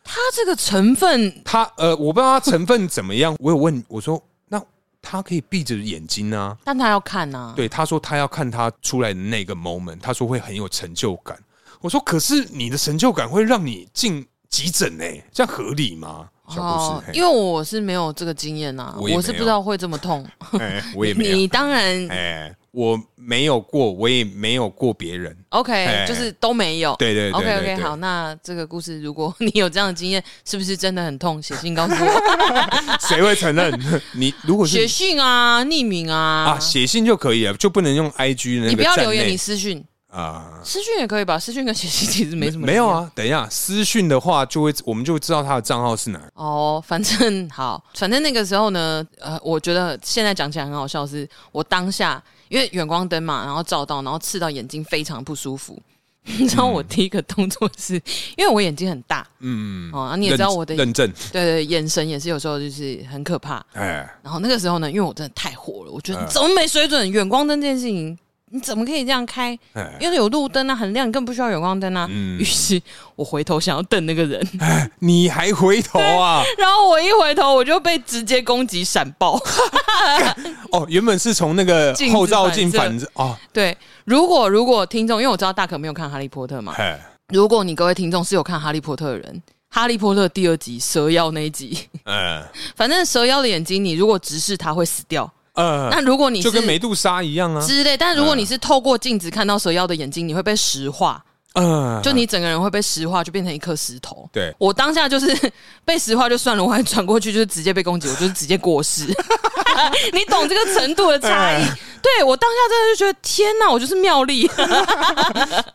Speaker 1: 它这个成分
Speaker 2: 她呃，我不知道她成分怎么样， 我有问我说，那她可以闭着眼睛啊，
Speaker 1: 但他要看呐、啊。
Speaker 2: 对，他说他要看他出来的那个 moment，他说会很有成就感。我说，可是你的成就感会让你进急诊呢、这样合理吗？小
Speaker 1: 哦
Speaker 2: 故事，
Speaker 1: 因为我是没有这个经验呐、
Speaker 2: 我也没有
Speaker 1: 我是不知道会这么痛。
Speaker 2: 嘿哎我也没 有，
Speaker 1: 你当然
Speaker 2: 哎，我没有过，我也没有过别人。
Speaker 1: OK，
Speaker 2: 哎
Speaker 1: 就是都没有。
Speaker 2: 对对对
Speaker 1: OK
Speaker 2: 对
Speaker 1: OK，
Speaker 2: 对
Speaker 1: 好，那这个故事，如果 你有这样的经验，是不是真的很痛？写信告诉我。
Speaker 2: 谁会承认？ 你如果
Speaker 1: 写
Speaker 2: 是
Speaker 1: 信啊，匿名啊，
Speaker 2: 啊，写信就可以了，就不能用 IG 的那
Speaker 1: 你不
Speaker 2: 个
Speaker 1: 要
Speaker 2: 站
Speaker 1: 留言，
Speaker 2: 内
Speaker 1: 你私讯，
Speaker 2: 啊。
Speaker 1: 私讯也可以吧？私讯跟写信其实没什么
Speaker 2: 没有
Speaker 1: 两样。
Speaker 2: 啊，等一下私讯的话，就会我们就会知道他的账号是哪儿。
Speaker 1: 哦，反正好，反正那个时候呢，呃，我觉得现在讲起来很好笑是，我当下因为远光灯嘛，然后照到，然后刺到眼睛，非常不舒服。 你知道我第一个动作是，因为我眼睛很大
Speaker 2: 嗯，
Speaker 1: 哦，啊你也知道我的对
Speaker 2: 认证，
Speaker 1: 对眼神也是有时候就是很可怕。
Speaker 2: 哎，
Speaker 1: 然后那个时候呢，因为我真的太火了，我觉得
Speaker 2: 嗯
Speaker 1: 怎么没水准？远光灯这件事情，你怎么可以这样开？
Speaker 2: 哎
Speaker 1: 因为有路灯啊，很亮，你更不需要远光灯啊。
Speaker 2: 嗯
Speaker 1: 于是我回头想要瞪那个人，
Speaker 2: 你还回头啊？
Speaker 1: 然后我一回头，我就被直接攻击闪爆。
Speaker 2: 哦，原本是从那个
Speaker 1: 镜子
Speaker 2: 后照镜
Speaker 1: 反
Speaker 2: 反着哦，
Speaker 1: 对，如果如果听众，因为我知道大可没有看《哈利波特》嘛，
Speaker 2: 嘿，
Speaker 1: 如果你各位听众是有看《哈利波特》的人，《哈利波特》第二集蛇妖那一集，
Speaker 2: 嗯
Speaker 1: 反正蛇妖的眼睛，你如果直视它会死掉。
Speaker 2: 呃，
Speaker 1: 那如果你
Speaker 2: 就是跟梅杜莎一样啊，
Speaker 1: 之类，但如果你是透过镜子看到蛇妖的眼睛，你会被石化，
Speaker 2: 嗯，
Speaker 1: 就你整个人会被石化，就变成一颗石头。
Speaker 2: 对，
Speaker 1: 我当下就是 被石化就算了，我还转过去就是直接被攻击，我就是直接过世。 你懂这个程度的差
Speaker 2: 嗯
Speaker 1: 异？对我当下真的就觉得天哪，我就是妙丽。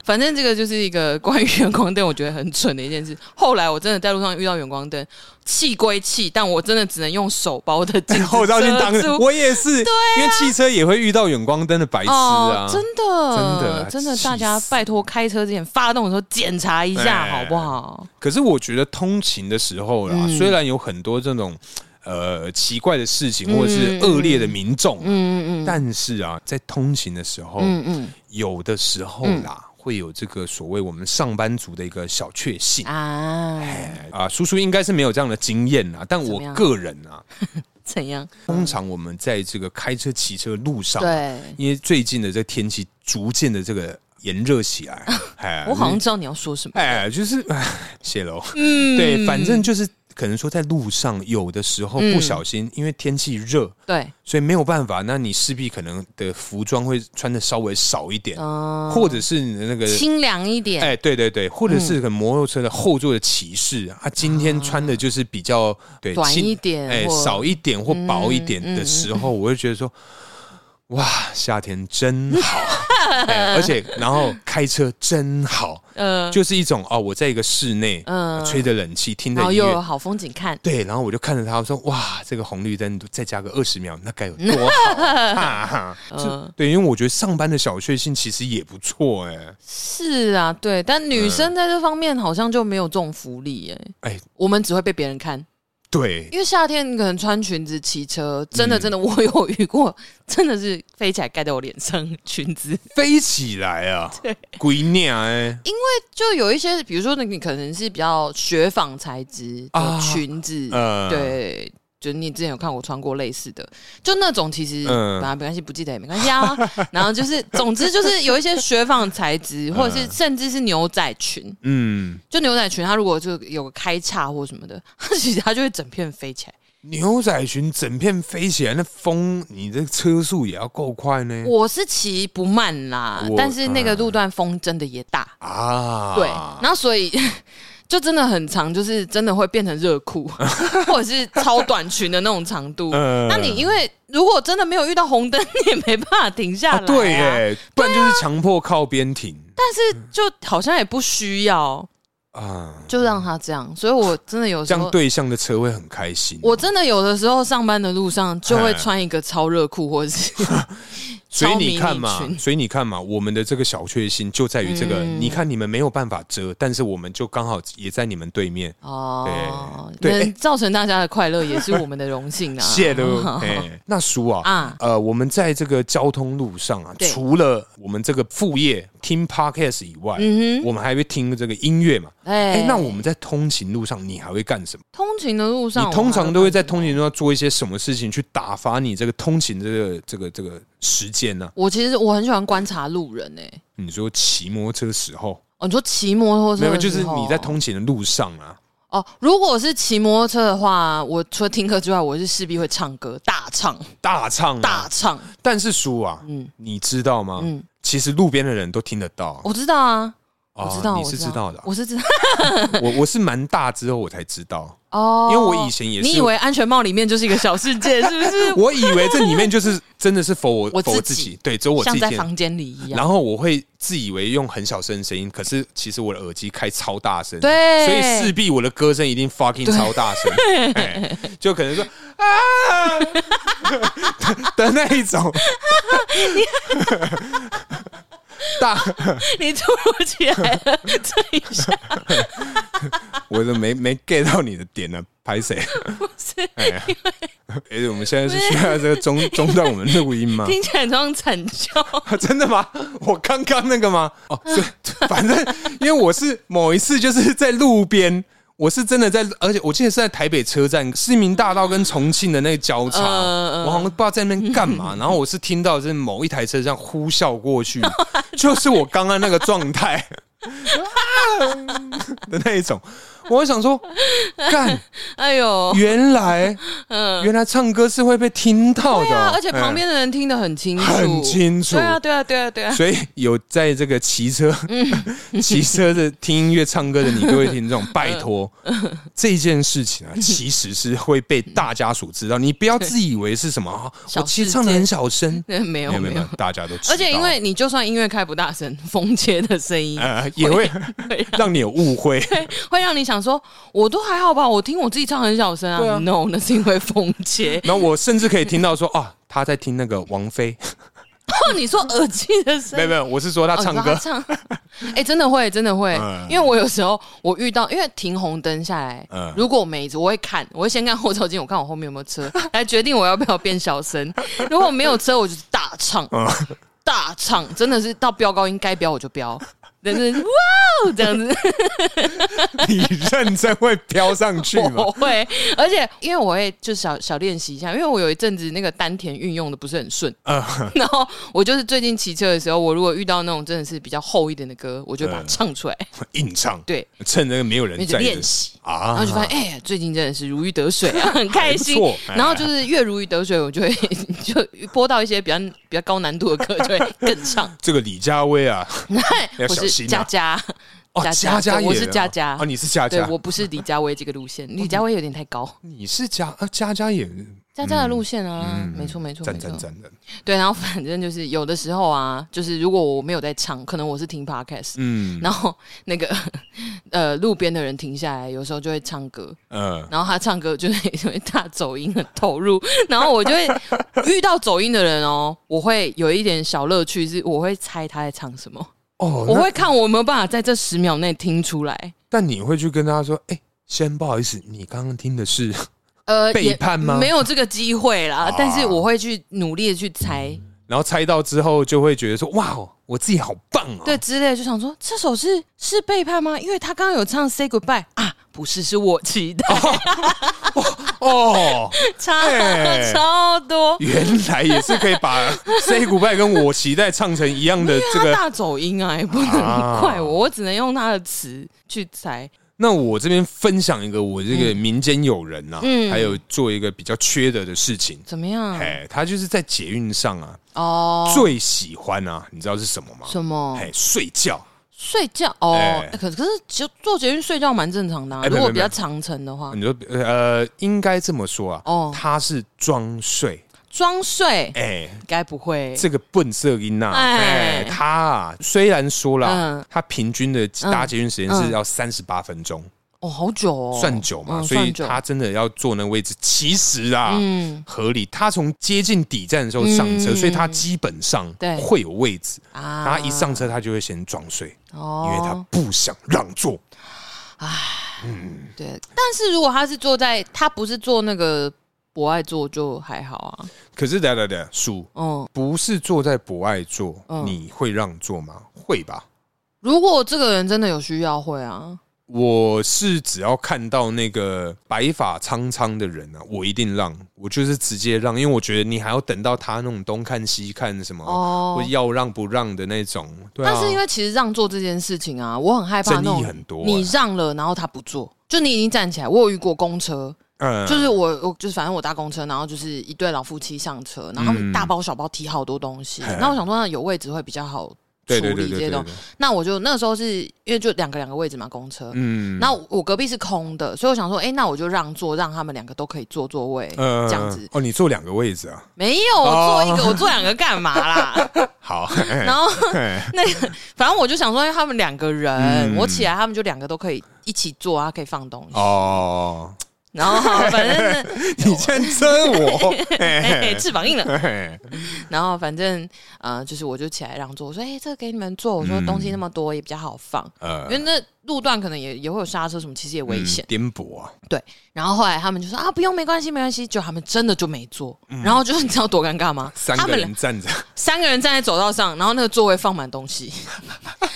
Speaker 1: 反正这个就是一个关于远光灯，我觉得很蠢的一件事。后来我真的在路上遇到远光灯，气归气，但我真的只能用手把我的镜子
Speaker 2: 后照镜当
Speaker 1: 遮住 哦
Speaker 2: 我也是，因为汽车也会遇到远光灯的白痴
Speaker 1: 啊
Speaker 2: 啊，
Speaker 1: 真的，
Speaker 2: 真的啊
Speaker 1: 真的，
Speaker 2: 气
Speaker 1: 大家
Speaker 2: 死
Speaker 1: 拜托开车之前发动的时候检查一下
Speaker 2: 哎
Speaker 1: 好不好？
Speaker 2: 可是我觉得通勤的时候啦，
Speaker 1: 嗯
Speaker 2: 虽然有很多这种呃奇怪的事情或者是恶劣的民众，嗯嗯嗯，但是啊，在通勤的时候，
Speaker 1: 嗯嗯
Speaker 2: 有的时候啦，会有这个所谓我们上班族的一个小确幸。
Speaker 1: 啊，
Speaker 2: 啊，叔叔应该是没有这样的经验啦，但
Speaker 1: 怎么
Speaker 2: 我
Speaker 1: 样
Speaker 2: 个人啊，
Speaker 1: 怎样？
Speaker 2: 通常我们在这个开车、骑车路上，，
Speaker 1: 对。
Speaker 2: 因为最近的这个天气逐渐的这个炎热起 来，哎
Speaker 1: 我好像知道你要说什么。
Speaker 2: 哎，就是哎谢喽，嗯，对，反正就是可能说在路上有的时候
Speaker 1: 嗯
Speaker 2: 不小心，因为天气热，
Speaker 1: 对，
Speaker 2: 所以没有办法，那你势必可能的服装会穿的稍微少一点，
Speaker 1: 嗯、
Speaker 2: 或者是你的那个
Speaker 1: 清凉一点。
Speaker 2: 呃哎、对对对，
Speaker 1: 嗯
Speaker 2: 或者是可能摩托车的后座的骑士，他、啊今天穿的就是比较对
Speaker 1: 啊短
Speaker 2: 轻
Speaker 1: 一点
Speaker 2: 哎、
Speaker 1: 或嗯
Speaker 2: 少 一点或薄一点的时候，我就觉得说，哇，夏天真好，哎而且然后开车真好，
Speaker 1: 嗯，
Speaker 2: 就是一种哦，我在一个室内，
Speaker 1: 嗯
Speaker 2: 吹着冷气，听着
Speaker 1: 然后
Speaker 2: 音
Speaker 1: 又有
Speaker 2: 乐。
Speaker 1: 好风景看，
Speaker 2: 对，然后我就看着他说：“哇，这个红绿灯再加个二十秒，那该有多好！” 哈哈，
Speaker 1: 嗯
Speaker 2: 这对，因为我觉得上班的小确幸其实也不错，哎，
Speaker 1: 是啊，对，但女生在这方面好像就没有这种福利哎、
Speaker 2: 嗯哎
Speaker 1: 我们只会被别人看，
Speaker 2: 对，
Speaker 1: 因为夏天你可能穿裙子骑车，真
Speaker 2: 嗯
Speaker 1: 的真的我有遇过， 真的是飞起来盖在我脸上裙 子，
Speaker 2: 飞起来 啊，鬼鸟哎，
Speaker 1: 就有一些，比如说你可能是比较雪纺材质的
Speaker 2: 啊
Speaker 1: 裙子，
Speaker 2: 呃，，
Speaker 1: 对。就你之前有看我穿过类似的，就那种其实
Speaker 2: 嗯
Speaker 1: 本来没关系，不记得也没关系啊。 然后就是，总之就是有一些雪纺材质，或者是甚至是牛仔裙，
Speaker 2: 嗯，
Speaker 1: 就牛仔裙，它如果就有个开叉或什么的， 它其实它就会整片飞起来。
Speaker 2: 牛仔裙整片飞起来，那风，你这车速也要够快呢，
Speaker 1: 我是骑不慢啦，
Speaker 2: 嗯我
Speaker 1: 但是那个路段风真的也大，
Speaker 2: 啊，
Speaker 1: 对，然后所以 就真的很长，就是真的会变成热裤， 或者是超短裙的那种长度。
Speaker 2: 呃
Speaker 1: 那你因为如果真的没有遇到红灯，你也没办法停下来、啊
Speaker 2: 啊，对，耶，不然就是强迫靠边停
Speaker 1: 但是就好像也不需要，
Speaker 2: 啊，
Speaker 1: 就让他这样。所以我真的有时
Speaker 2: 这
Speaker 1: 候
Speaker 2: 样对象的车会很开心。
Speaker 1: 我真的有的时候上班的路上就会穿一个超热裤，或者是
Speaker 2: 嗯所以
Speaker 1: 超迷
Speaker 2: 你
Speaker 1: 你嗯
Speaker 2: 看嘛，
Speaker 1: 裙。
Speaker 2: 所以你看嘛，我们的这个小确幸就在于这个。你看，你们没有办法遮，但是我们就刚好也在你们对面。
Speaker 1: 哦，
Speaker 2: 对对
Speaker 1: 能造成大家的快乐也是我们的荣幸啊！
Speaker 2: 谢喽，哎、 那叔啊，
Speaker 1: 啊
Speaker 2: 呃，我们在这个交通路上啊，
Speaker 1: 对
Speaker 2: 除了我们这个副业听 podcast 以外，
Speaker 1: 嗯
Speaker 2: 我们还会听这个音乐嘛。哎、
Speaker 1: 哎
Speaker 2: 那我们在通勤路上，你还会干什么？
Speaker 1: 通勤的路上，啊
Speaker 2: 你通常都会在
Speaker 1: 我还
Speaker 2: 通勤路上做一些什么事情去打发你这个通勤这个这个这个时间呢、
Speaker 1: 我其实我很喜欢观察路人诶、
Speaker 2: 你说骑摩托车时候，
Speaker 1: 哦，你说骑摩托车
Speaker 2: 没
Speaker 1: 的
Speaker 2: 有，就是
Speaker 1: 时候
Speaker 2: 你在通勤的路上啊，
Speaker 1: 哦。如果是骑摩托车的话，我除了听歌之外，我是势必会唱歌，大唱
Speaker 2: 大唱、啊、
Speaker 1: 大唱。
Speaker 2: 但是叔啊，你知道吗？
Speaker 1: 嗯
Speaker 2: 其实路边的人都听得到，
Speaker 1: 我知道啊，
Speaker 2: 哦
Speaker 1: 我知道，
Speaker 2: 你是知道的啊。
Speaker 1: 我是知道。
Speaker 2: 我我是蛮大之后我才知道，
Speaker 1: 哦，
Speaker 2: 因为我以前也是
Speaker 1: 你以为安全帽里面就是一个小世界，是不是？
Speaker 2: 我以为这里面就是真的是否我
Speaker 1: 我
Speaker 2: 否我
Speaker 1: 自
Speaker 2: 自
Speaker 1: 己
Speaker 2: 己，对，只有我自
Speaker 1: 像
Speaker 2: 己
Speaker 1: 在
Speaker 2: 听。
Speaker 1: 房间里一样。
Speaker 2: 然后我会自以为用很小声的声音，可是其实我的耳机开超大声，
Speaker 1: 对
Speaker 2: 所以势必我的歌声一定 fucking 超大 声，哎就可能说啊 的那一种， 大
Speaker 1: 你突如其来 的这一下，
Speaker 2: 我都没没 get 到你的点呢，拍谁？
Speaker 1: 不是
Speaker 2: 哎呀，哎，我们现在是需要这个中中断我们录音吗？
Speaker 1: 听起来像惨叫。
Speaker 2: 啊 真的吗？我刚刚那个吗？哦，所 以反正因为我是某一次就是在路边，我是真的在，而且我记得是在台北车站市民大道跟重庆的那个交叉，
Speaker 1: 嗯嗯
Speaker 2: 我好像不知道在那边干 嘛。然后我是听到就是某一台车这样呼啸过去，就是我刚刚那个状态 啊的那一种。我想说， 干，
Speaker 1: 哎呦，
Speaker 2: 原来，原来唱歌是会被听到的哦，
Speaker 1: 嗯对啊，而且
Speaker 2: 哎
Speaker 1: 旁边的人听得很清楚，
Speaker 2: 很清楚
Speaker 1: 对啊，对啊，对啊，对 啊。
Speaker 2: 所以有在这个骑车、骑车的听音乐、唱歌的你各位听众，拜 托这件事情啊，嗯 其实是会被大家所知道。你不要自以为是什么， 啊
Speaker 1: 小
Speaker 2: 我其实唱的很小声，
Speaker 1: 对没有没有，
Speaker 2: 大家都知道。
Speaker 1: 而且因为你就算音乐开不大声，风切的声音
Speaker 2: 呃，也会
Speaker 1: 会
Speaker 2: 让你有误 会。
Speaker 1: 会让你想说，我都还好吧，我听我自己唱很小声
Speaker 2: 对
Speaker 1: 啊。
Speaker 2: 啊
Speaker 1: No，那是因为风 切。
Speaker 2: 然后我甚至可以听到说啊，他在听那个王 菲，
Speaker 1: 哦，你说耳机的声
Speaker 2: 没有
Speaker 1: 音。
Speaker 2: 没有，我是说他
Speaker 1: 哦
Speaker 2: 唱
Speaker 1: 你说
Speaker 2: 歌
Speaker 1: 他，唱， 哎、真的会，真的会，
Speaker 2: 嗯
Speaker 1: 因为我有时候我遇到，因为停红灯下来，
Speaker 2: 嗯
Speaker 1: 如果我没辙，我会看，我会先看后照镜，我看我后面有没有车，来决定我要不要变小声。如果没有车，我就是大唱，
Speaker 2: 嗯，
Speaker 1: 大唱，真的是到飙高音，该飙我就飙，真的是哇哦这 样子，
Speaker 2: 你认真会飘上去 吗
Speaker 1: 我？会，而且因为我会就小小练习一下，因为我有一阵子那个丹田运用的不是很顺，
Speaker 2: 嗯
Speaker 1: 然后我就是最近骑车的时候，我如果遇到那种真的是比较厚一点的歌，我就会把它
Speaker 2: 嗯
Speaker 1: 唱出来，
Speaker 2: 硬唱，
Speaker 1: 对，
Speaker 2: 趁那个没有人
Speaker 1: 那就
Speaker 2: 在的
Speaker 1: 练习。然
Speaker 2: 啊
Speaker 1: 后就发现，哎、呀，最近真的是如鱼得水 啊，很开心
Speaker 2: 还不错。哎
Speaker 1: 然后就是越如鱼得水，我就会 就播到一些比较比较高难度的歌，就会更唱。
Speaker 2: 这个李佳薇啊，要
Speaker 1: 或
Speaker 2: 小
Speaker 1: 是
Speaker 2: 心
Speaker 1: 佳
Speaker 2: 啊！
Speaker 1: 佳，
Speaker 2: 哦，佳佳
Speaker 1: 对我
Speaker 2: 也
Speaker 1: 是
Speaker 2: 啊
Speaker 1: 佳佳
Speaker 2: 哦，你是佳
Speaker 1: 对
Speaker 2: 佳，
Speaker 1: 我不是李佳薇这个路
Speaker 2: 嗯
Speaker 1: 线，李佳薇有点太高，
Speaker 2: 你是佳啊，佳佳也，
Speaker 1: 佳佳的路线啊，
Speaker 2: 嗯，
Speaker 1: 没错没错
Speaker 2: 赞
Speaker 1: 没
Speaker 2: 赞
Speaker 1: 错，
Speaker 2: 赞赞，
Speaker 1: 对，然后反正就是有的时候啊，就是如果我没有在唱，可能我是听 podcast，、
Speaker 2: 嗯，
Speaker 1: 然后那个 呃路边的人停下来，有时候就会唱歌，
Speaker 2: 呃，
Speaker 1: 然后他唱歌就是因为大走音很投入， 然后我就会遇到走音的人哦，我会有一点小乐趣，是我会猜他在唱什么，
Speaker 2: 哦，
Speaker 1: 我
Speaker 2: 那
Speaker 1: 会看我有没有办法在这十秒内听出来。
Speaker 2: 但你会去跟他说，哎，先不好意思，你刚刚听的是，
Speaker 1: 呃，
Speaker 2: 背
Speaker 1: 也
Speaker 2: 叛吗
Speaker 1: 没有这个机会啦，
Speaker 2: 啊嗯
Speaker 1: 但是我会去努力的去猜，
Speaker 2: 然后猜到之后就会觉得说，哇哦，我自己好棒哦，
Speaker 1: 对，之类的，就想说这首是是背叛吗？因为他刚刚有唱 Say Goodbye 啊，不是，是我期待、
Speaker 2: 哦，
Speaker 1: 差、
Speaker 2: 哎
Speaker 1: 超多，
Speaker 2: 原来也是可以把 Say Goodbye 跟我期待唱成一样的这
Speaker 1: 他
Speaker 2: 个。
Speaker 1: 大走音啊，也不能
Speaker 2: 啊
Speaker 1: 怪我，我只能用他的词去猜。
Speaker 2: 那我这边分享一个我这个民间友人啊，
Speaker 1: 嗯
Speaker 2: 还有做一个比较缺德的事情。
Speaker 1: 怎么样？
Speaker 2: 哎，他就是在捷运上啊，
Speaker 1: 哦，
Speaker 2: 最喜欢啊，你知道是什么吗？
Speaker 1: 什么
Speaker 2: 哎，睡觉。
Speaker 1: 睡觉？哦，
Speaker 2: 哎
Speaker 1: 哎可可是其实坐捷运睡觉蛮正常的、啊，
Speaker 2: 哎
Speaker 1: 如
Speaker 2: 没有
Speaker 1: 果
Speaker 2: 没有
Speaker 1: 比较长程的话，
Speaker 2: 你说呃，应该这么说啊，
Speaker 1: 哦
Speaker 2: 他是装睡，
Speaker 1: 装睡
Speaker 2: 哎，
Speaker 1: 该不会
Speaker 2: 这个笨色音呐，
Speaker 1: 哎
Speaker 2: 哎，他啊，虽然说啦
Speaker 1: 嗯，
Speaker 2: 他平均的搭捷运时间
Speaker 1: 嗯
Speaker 2: 是要三十八分钟，
Speaker 1: 哦，好久哦，
Speaker 2: 算久嘛，
Speaker 1: 嗯
Speaker 2: 所以
Speaker 1: 算久
Speaker 2: 他真的要坐那个位置，其实啊，
Speaker 1: 嗯
Speaker 2: 合理。他从接近底站的时候上车，
Speaker 1: 嗯
Speaker 2: 所以他基本上
Speaker 1: 对
Speaker 2: 会有位置。
Speaker 1: 啊
Speaker 2: 他一上车，他就会先装睡，因
Speaker 1: 哦
Speaker 2: 为他不想让座。
Speaker 1: 对，但是如果他是坐在，他不是坐那个博爱座就还好啊。
Speaker 2: 可是，等下等下等下，叔
Speaker 1: 嗯，
Speaker 2: 不是坐在博爱座，
Speaker 1: 嗯
Speaker 2: 你会让座吗？会吧。
Speaker 1: 如果这个人真的有需要，会啊。
Speaker 2: 我是只要看到那个白发苍苍的人啊，我一定让，我就是直接让，因为我觉得你还要等到他那种东看西看什么，
Speaker 1: 哦
Speaker 2: 或要让不让的那种。对啊，
Speaker 1: 但是因为其实让座这件事情啊，我很害怕那
Speaker 2: 争
Speaker 1: 种
Speaker 2: 议很多、
Speaker 1: 你
Speaker 2: 哎
Speaker 1: 让了，然后他不坐，就你已经站起来。我有遇过公车，
Speaker 2: 嗯
Speaker 1: 就是我我就是反正我搭公车，然后就是一对老夫妻上车，然后他们
Speaker 2: 嗯
Speaker 1: 大包小包提好多东西，
Speaker 2: 嘿
Speaker 1: 那我想说那有位置会比较好处
Speaker 2: 对对
Speaker 1: 理
Speaker 2: 对
Speaker 1: 这
Speaker 2: 对
Speaker 1: 些
Speaker 2: 对
Speaker 1: 东
Speaker 2: 对
Speaker 1: 西。那我就那个时候是因为就两个两个位置嘛，公车，
Speaker 2: 嗯
Speaker 1: 那我隔壁是空的，所以我想说，哎、那我就让座，让他们两个都可以坐座位，
Speaker 2: 呃
Speaker 1: 这样子。
Speaker 2: 哦，你坐两个位置啊？
Speaker 1: 没有，我
Speaker 2: 哦
Speaker 1: 坐一个，我坐两个干嘛啦？
Speaker 2: 好，
Speaker 1: 然后
Speaker 2: 嘿
Speaker 1: 那个，反正我就想说，因为他们两个人，
Speaker 2: 嗯
Speaker 1: 我起来，他们就两个都可以一起坐啊，可以放东西。
Speaker 2: 哦，
Speaker 1: 然后反正呢，
Speaker 2: 你先遮 我，嘿
Speaker 1: 哎、
Speaker 2: 嘿
Speaker 1: 翅膀硬了。
Speaker 2: 嘿
Speaker 1: 然后反正，呃，就是我就起来让座，我说，哎、这个给你们坐。我说
Speaker 2: 嗯
Speaker 1: 东西那么多，也比较好放，因为
Speaker 2: 呃，
Speaker 1: 那路段可能也也会有刹车什么，其实也危险。
Speaker 2: 嗯颠簸啊，
Speaker 1: 然后后来他们就说啊，不用，没关系，没关系。就他们真的就没坐，然后就是你 知道多尴尬吗？
Speaker 2: 嗯三
Speaker 1: 他
Speaker 2: 个
Speaker 1: 们
Speaker 2: 人站着。
Speaker 1: 三个人站在走道上，然后那个座位放满东 西，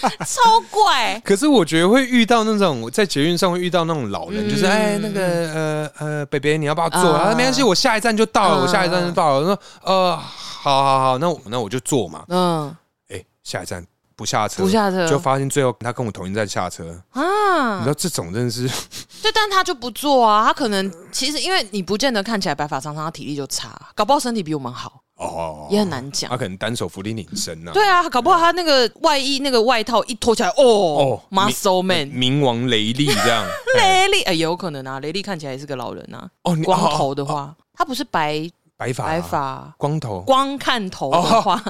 Speaker 1: 超怪。
Speaker 2: 可是我觉得会遇到那种我在捷运上会遇到那种老人，就是哎那个呃呃北北你要不要坐？
Speaker 1: 嗯啊
Speaker 2: 啊，没关系，我下一站就到了，
Speaker 1: 啊
Speaker 2: 我下一站就到了。我说呃，好好好，那我那我就坐嘛。
Speaker 1: 嗯
Speaker 2: 哎，下一站不下车，
Speaker 1: 不下车
Speaker 2: 就发现最后他跟我同一站下车。你
Speaker 1: 啊
Speaker 2: 知，道这种真的是
Speaker 1: 对，但他就不坐啊，他可能其实因为你不见得看起来白发苍苍，他体力就差，搞不好身体比我们好，
Speaker 2: 哦，
Speaker 1: 也很难讲
Speaker 2: 他。可能单手扶地挺身呐、啊。
Speaker 1: 对啊，搞不好他那个外衣、那个外套一脱起来，哦
Speaker 2: 哦
Speaker 1: ，muscle
Speaker 2: 呃
Speaker 1: man，
Speaker 2: 冥王雷利这样。哎
Speaker 1: 雷利，哎，有可能啊，雷利看起来也是个老人啊，
Speaker 2: 哦，你
Speaker 1: 光
Speaker 2: 哦
Speaker 1: 头的话，他不是白
Speaker 2: 白发、啊哦
Speaker 1: 白、发，
Speaker 2: 光头。
Speaker 1: 光看头的话，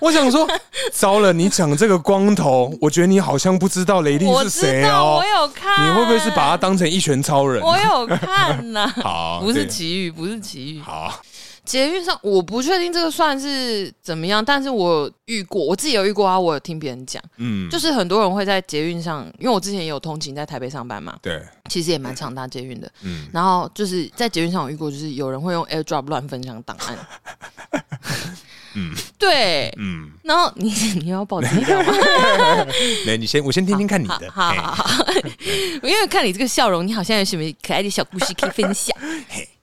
Speaker 2: 我想说，糟了，你讲这个光头，我觉得你好像不知道雷利
Speaker 1: 我
Speaker 2: 是
Speaker 1: 知
Speaker 2: 谁
Speaker 1: 道，
Speaker 2: 哦
Speaker 1: 我。有看。
Speaker 2: 你会不会是把他？当成一拳超人？
Speaker 1: 我有看呐、
Speaker 2: 好，
Speaker 1: 不是
Speaker 2: 对
Speaker 1: 奇遇，不是奇遇。
Speaker 2: 好，
Speaker 1: 捷运上我不确定这个算是怎么样，但是我遇过，我自己有遇过啊，我有听别人讲，
Speaker 2: 嗯，
Speaker 1: 就是很多人会在捷运上，因为我之前也有通勤在台北上班嘛，
Speaker 2: 对，
Speaker 1: 其实也蛮常搭捷运的。
Speaker 2: 嗯，
Speaker 1: 然后就是在捷运上有遇过，就是有人会用 AirDrop 乱分享档案。嗯， 对。
Speaker 2: 嗯，
Speaker 1: 然后你你要报警料吗？
Speaker 2: 来，你先，我先听听看你
Speaker 1: 好
Speaker 2: 的。
Speaker 1: 好好
Speaker 2: 哎
Speaker 1: 好，好因为看你这个笑容，你好像有什么可爱的小故事可以分 享。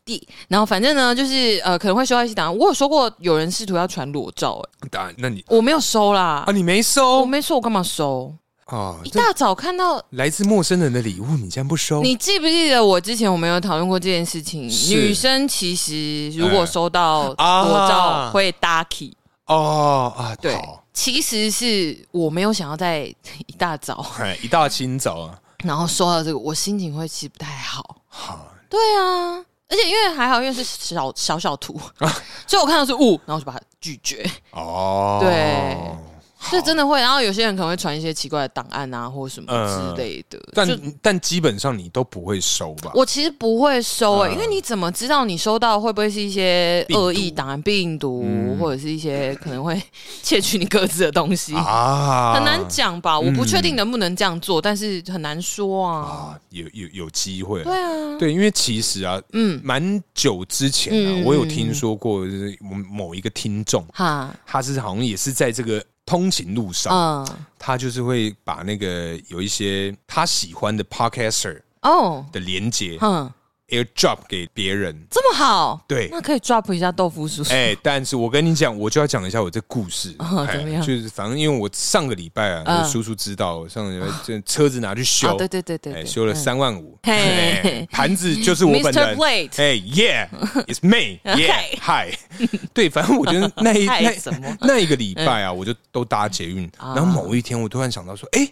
Speaker 1: 第，然后反正呢，就是呃，可能会收到一些档案。我有收过有人试图要传裸照、欸，
Speaker 2: 答案，那你
Speaker 1: 我没有收啦，
Speaker 2: 啊，你没
Speaker 1: 我
Speaker 2: 收
Speaker 1: 没收，我干嘛收？
Speaker 2: 啊
Speaker 1: 一？
Speaker 2: 这
Speaker 1: 大早看到，
Speaker 2: 来自陌生人的礼物，你竟然不收？
Speaker 1: 你记不记得我之前我们有讨论过这件事情？
Speaker 2: 哦是
Speaker 1: 女生其实如果
Speaker 2: 哎
Speaker 1: 收到裸
Speaker 2: 啊
Speaker 1: 照会 d a k y
Speaker 2: 哦啊，
Speaker 1: 对
Speaker 2: 好
Speaker 1: 其实是我没有想要在一大早，
Speaker 2: 哎，一大清早啊，
Speaker 1: 然后说到这个，我心情会其实不太好。
Speaker 2: 好，
Speaker 1: 对啊，而且因为还好，因为是小小小图，
Speaker 2: 啊
Speaker 1: 所以我看到是雾，然后我就把它拒绝。
Speaker 2: 哦，
Speaker 1: 对
Speaker 2: 好，
Speaker 1: 这真的会，然后有些人可能会传一些奇怪的档案啊，或什么之类的。就
Speaker 2: 嗯但但基本上你都不会收吧？
Speaker 1: 我其实不会收诶、
Speaker 2: 嗯
Speaker 1: 因为你怎么知道你收到会不会是一些
Speaker 2: 病毒嗯
Speaker 1: 恶意档案、病毒，或者是一些 可能会窃取你各自的东西，
Speaker 2: 啊，
Speaker 1: 很难讲吧？我不确定能不能这样做，但是很难说啊。
Speaker 2: 啊，有有有机会，
Speaker 1: 对啊，
Speaker 2: 对，因为其实啊，嗯，蛮久之前啊，
Speaker 1: 嗯
Speaker 2: 我有听说过，就是我们某一个听众，
Speaker 1: 哈，
Speaker 2: 他是好像也是在这个通勤路上，
Speaker 1: 嗯，
Speaker 2: 他就是会把那个有一些他喜欢的 podcaster
Speaker 1: 哦，
Speaker 2: 的连接
Speaker 1: 嗯，
Speaker 2: airdrop 给别人。
Speaker 1: 这么好，
Speaker 2: 对
Speaker 1: 那可以 drop 一下豆腐啊叔叔。
Speaker 2: 哎、但是我跟你讲，我就要讲一下我这故事。 哎
Speaker 1: 哦怎么样
Speaker 2: 就是反正因为我上个礼拜啊，
Speaker 1: 嗯
Speaker 2: 我叔叔知道，我上个礼拜这车子拿去修，
Speaker 1: 哦，对对对对
Speaker 2: 哎、
Speaker 1: 对，
Speaker 2: 修了三万五，
Speaker 1: 嘿
Speaker 2: 哎盘子就是我本
Speaker 1: Mr.
Speaker 2: 人。
Speaker 1: Plate
Speaker 2: 哎、y e a h i t s me，Yeah，嗨，对，反正我觉得那一
Speaker 1: 嗨
Speaker 2: 那
Speaker 1: 什么嗯
Speaker 2: 那一个礼拜啊，我就都搭捷运，
Speaker 1: 啊
Speaker 2: 然后某一天我突然想到说，哎、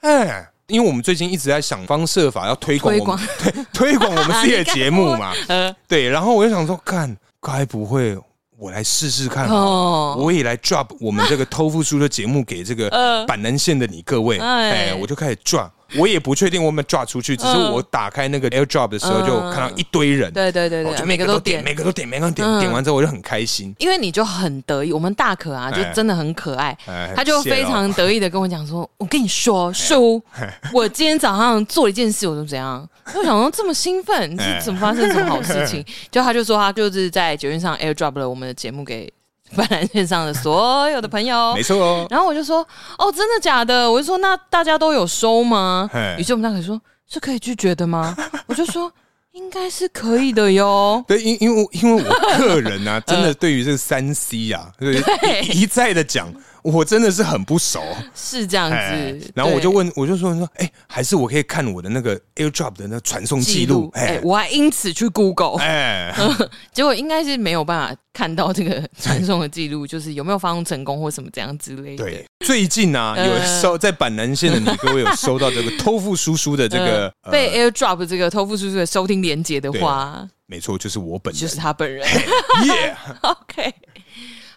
Speaker 2: 哎、因为我们最近一直在想方设法要推广
Speaker 1: 推
Speaker 2: 我们 对推广我们自己的 节目嘛，
Speaker 1: 呃，
Speaker 2: 对，然后我就想说，看，该不会我来试试看好了
Speaker 1: 哦
Speaker 2: 啊我也来 drop 我们这个偷富叔的节目给 这个
Speaker 1: 呃
Speaker 2: 板南线的你各位，
Speaker 1: 哎
Speaker 2: 哎，我就开始 drop。我也不确定我们 drop 出去，只是
Speaker 1: 嗯
Speaker 2: 我打开那个 AirDrop 的时候，
Speaker 1: 嗯
Speaker 2: 就看到一堆人，
Speaker 1: 对对对
Speaker 2: 我就
Speaker 1: 对，
Speaker 2: 每个都点，
Speaker 1: 点，
Speaker 2: 每个都点，每个都点，
Speaker 1: 嗯
Speaker 2: 点完之后我就很开心。
Speaker 1: 因为你就很得意，我们大可啊，就
Speaker 2: 哎
Speaker 1: 真的很可爱
Speaker 2: 哎，
Speaker 1: 他就
Speaker 2: 谢哎
Speaker 1: 非
Speaker 2: 了
Speaker 1: 常得意的跟我讲说：“我跟你说，叔，我今天早上做了一件事，我就怎样？我想说这么兴奋，你
Speaker 2: 哎
Speaker 1: 是怎么发生什么好事 情？”就他就说他就是在捷运上 airdrop 了我们的节目给 泛蓝线上的所有的朋友
Speaker 2: 没。错 哦，
Speaker 1: 然后我就说：“哦，真的假的？”我就说：“那大家都有收吗
Speaker 2: 哎？”
Speaker 1: 于是我们大可说：“是可以拒绝的吗？”我就说：“应该是可以的哟。
Speaker 2: 对，因因为因为我个人啊，真的对于这三 C 啊，对
Speaker 1: 嗯对
Speaker 2: 一一再的讲，我真的是很不熟。”
Speaker 1: 是这样
Speaker 2: 哎
Speaker 1: 子。
Speaker 2: 然后我
Speaker 1: 对
Speaker 2: 就问，我就说，说，哎，还是我可以看我的那个 AirDrop 的那个传送记录，
Speaker 1: 哎、
Speaker 2: 哎
Speaker 1: 我还因此去 Google，、
Speaker 2: 哎，
Speaker 1: 结果应该是没有办法看到 这个传送的记录，就是有没有发送成功或什么这样之类的。
Speaker 2: 对，最近啊，有
Speaker 1: 呃
Speaker 2: 收在板南线的你各位有收到这个偷富叔叔的这
Speaker 1: 呃
Speaker 2: 个呃
Speaker 1: 被 AirDrop 这个偷富叔叔的收听连接的话，
Speaker 2: 没错，就是我本
Speaker 1: 就
Speaker 2: 人
Speaker 1: 是他本人。
Speaker 2: 耶，
Speaker 1: OK，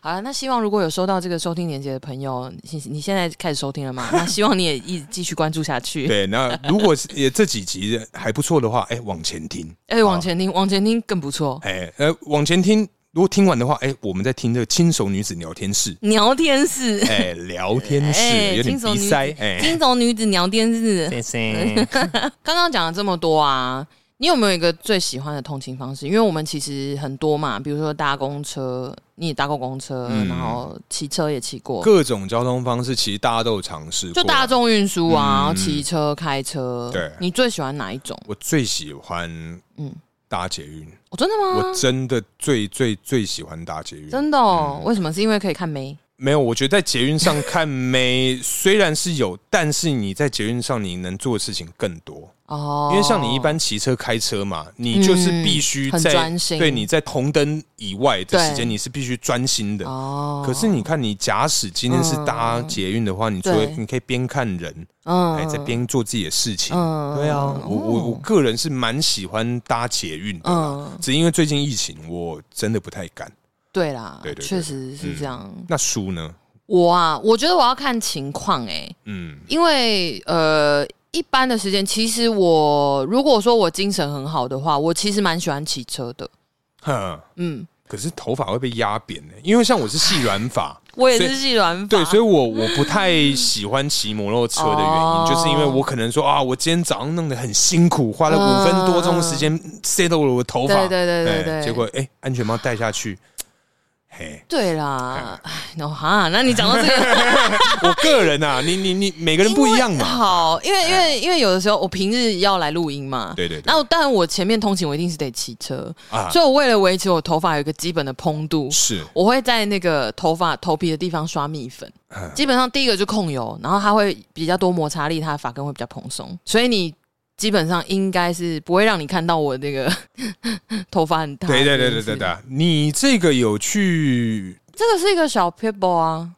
Speaker 1: 好了，那希望如果有收到这个收听连接的朋友，你你现在开始收听了 吗？那希望你也一直继续关注下去。
Speaker 2: 对，那如果是也这几集还不错的话，哎，往前听，
Speaker 1: 哎、往前听，往前听更不错。
Speaker 2: 哎，呃，往前听，如果听完的话，哎，我们在听这个轻熟女子聊天室，
Speaker 1: 聊天室，
Speaker 2: 哎，聊天
Speaker 1: 哎
Speaker 2: 室有点
Speaker 1: 轻熟
Speaker 2: 鼻
Speaker 1: 女
Speaker 2: 塞，
Speaker 1: 子，
Speaker 2: 哎，
Speaker 1: 轻熟女子聊天室，
Speaker 2: 谢 谢。
Speaker 1: 刚刚讲了这么多啊，你有没有一个最喜欢的通勤方式？因为我们其实很多嘛，比如说搭公车，你也搭过公车，
Speaker 2: 嗯
Speaker 1: 然后骑车也骑过，
Speaker 2: 各种交通方式，其实大家都有尝试过。
Speaker 1: 就大众运输啊，然后
Speaker 2: 嗯
Speaker 1: 骑车、开车。
Speaker 2: 对
Speaker 1: 你最喜欢哪一种？
Speaker 2: 我最喜欢嗯
Speaker 1: 嗯
Speaker 2: 搭捷运，
Speaker 1: 哦，真的
Speaker 2: 我
Speaker 1: 吗？
Speaker 2: 真的最最最喜欢搭捷运。
Speaker 1: 真的
Speaker 2: 嗯
Speaker 1: 哦？为什么？是因为可以看梅？
Speaker 2: 没有，我觉得在捷运上 看妹虽然是有，但是你在捷运上你能做的事情更多，
Speaker 1: 哦，嗯
Speaker 2: 因为像你一般骑车、开车嘛，你就是必须
Speaker 1: 很
Speaker 2: 在、
Speaker 1: 专心
Speaker 2: 对你在红灯以外的时
Speaker 1: 对
Speaker 2: 间，你是必须专心的。
Speaker 1: 哦，
Speaker 2: 可是你看，你假使今天是搭捷运的话，你除了
Speaker 1: 对
Speaker 2: 你可以边看人，
Speaker 1: 嗯
Speaker 2: 哎，在边做自己的事情。
Speaker 1: 嗯
Speaker 2: 对啊，我我我
Speaker 1: 哦
Speaker 2: 个人是蛮喜欢搭捷运的啦，
Speaker 1: 嗯
Speaker 2: 只因为最近疫情，我真的不太敢。
Speaker 1: 对啦
Speaker 2: 对，对嗯对
Speaker 1: 确实是这样。
Speaker 2: 那书呢？
Speaker 1: 我啊，我觉得我要看情况哎、
Speaker 2: 嗯，
Speaker 1: 因为呃，一般的时间，其实我如果说我精神很好的话，我其实蛮喜欢骑车的。
Speaker 2: 哼。
Speaker 1: 嗯，
Speaker 2: 可是头发会被压扁呢、欸因为像我是细 软发，
Speaker 1: 我也
Speaker 2: 所
Speaker 1: 是
Speaker 2: 以
Speaker 1: 系软发，
Speaker 2: 对，所以我我不太喜欢骑摩托车的原因，
Speaker 1: 哦
Speaker 2: 就是因为我可能说啊，我今天早上弄得很辛苦，花了五分多钟的时间 settle 了我的头发，
Speaker 1: 对对对对
Speaker 2: 哎
Speaker 1: 对
Speaker 2: 结果哎、安全帽戴下去，嘿，
Speaker 1: 对啦，哎，那哈，那你讲到这 个
Speaker 2: 我个人啊，你你你每个人不一样嘛，哎
Speaker 1: 好，因为因为因为有的时候我平日要来录音嘛，
Speaker 2: 对对对
Speaker 1: 那我当然我前面通勤我一定是得骑车，
Speaker 2: 啊，
Speaker 1: 所以我为了维持我头发有一个基本的蓬度，
Speaker 2: 是
Speaker 1: 我会在那个头发头皮的地方刷蜜粉，
Speaker 2: 嗯
Speaker 1: 基本上第一个就控油，然后它会比较多摩擦力，它的发根会比较蓬松，所以你基本上应该是不会让你看到我这个 头发很塌。
Speaker 2: 对对对对
Speaker 1: 是
Speaker 2: 对
Speaker 1: 不是，
Speaker 2: 对，你这个有去
Speaker 1: 这个是一个小 p i b b l e 啊，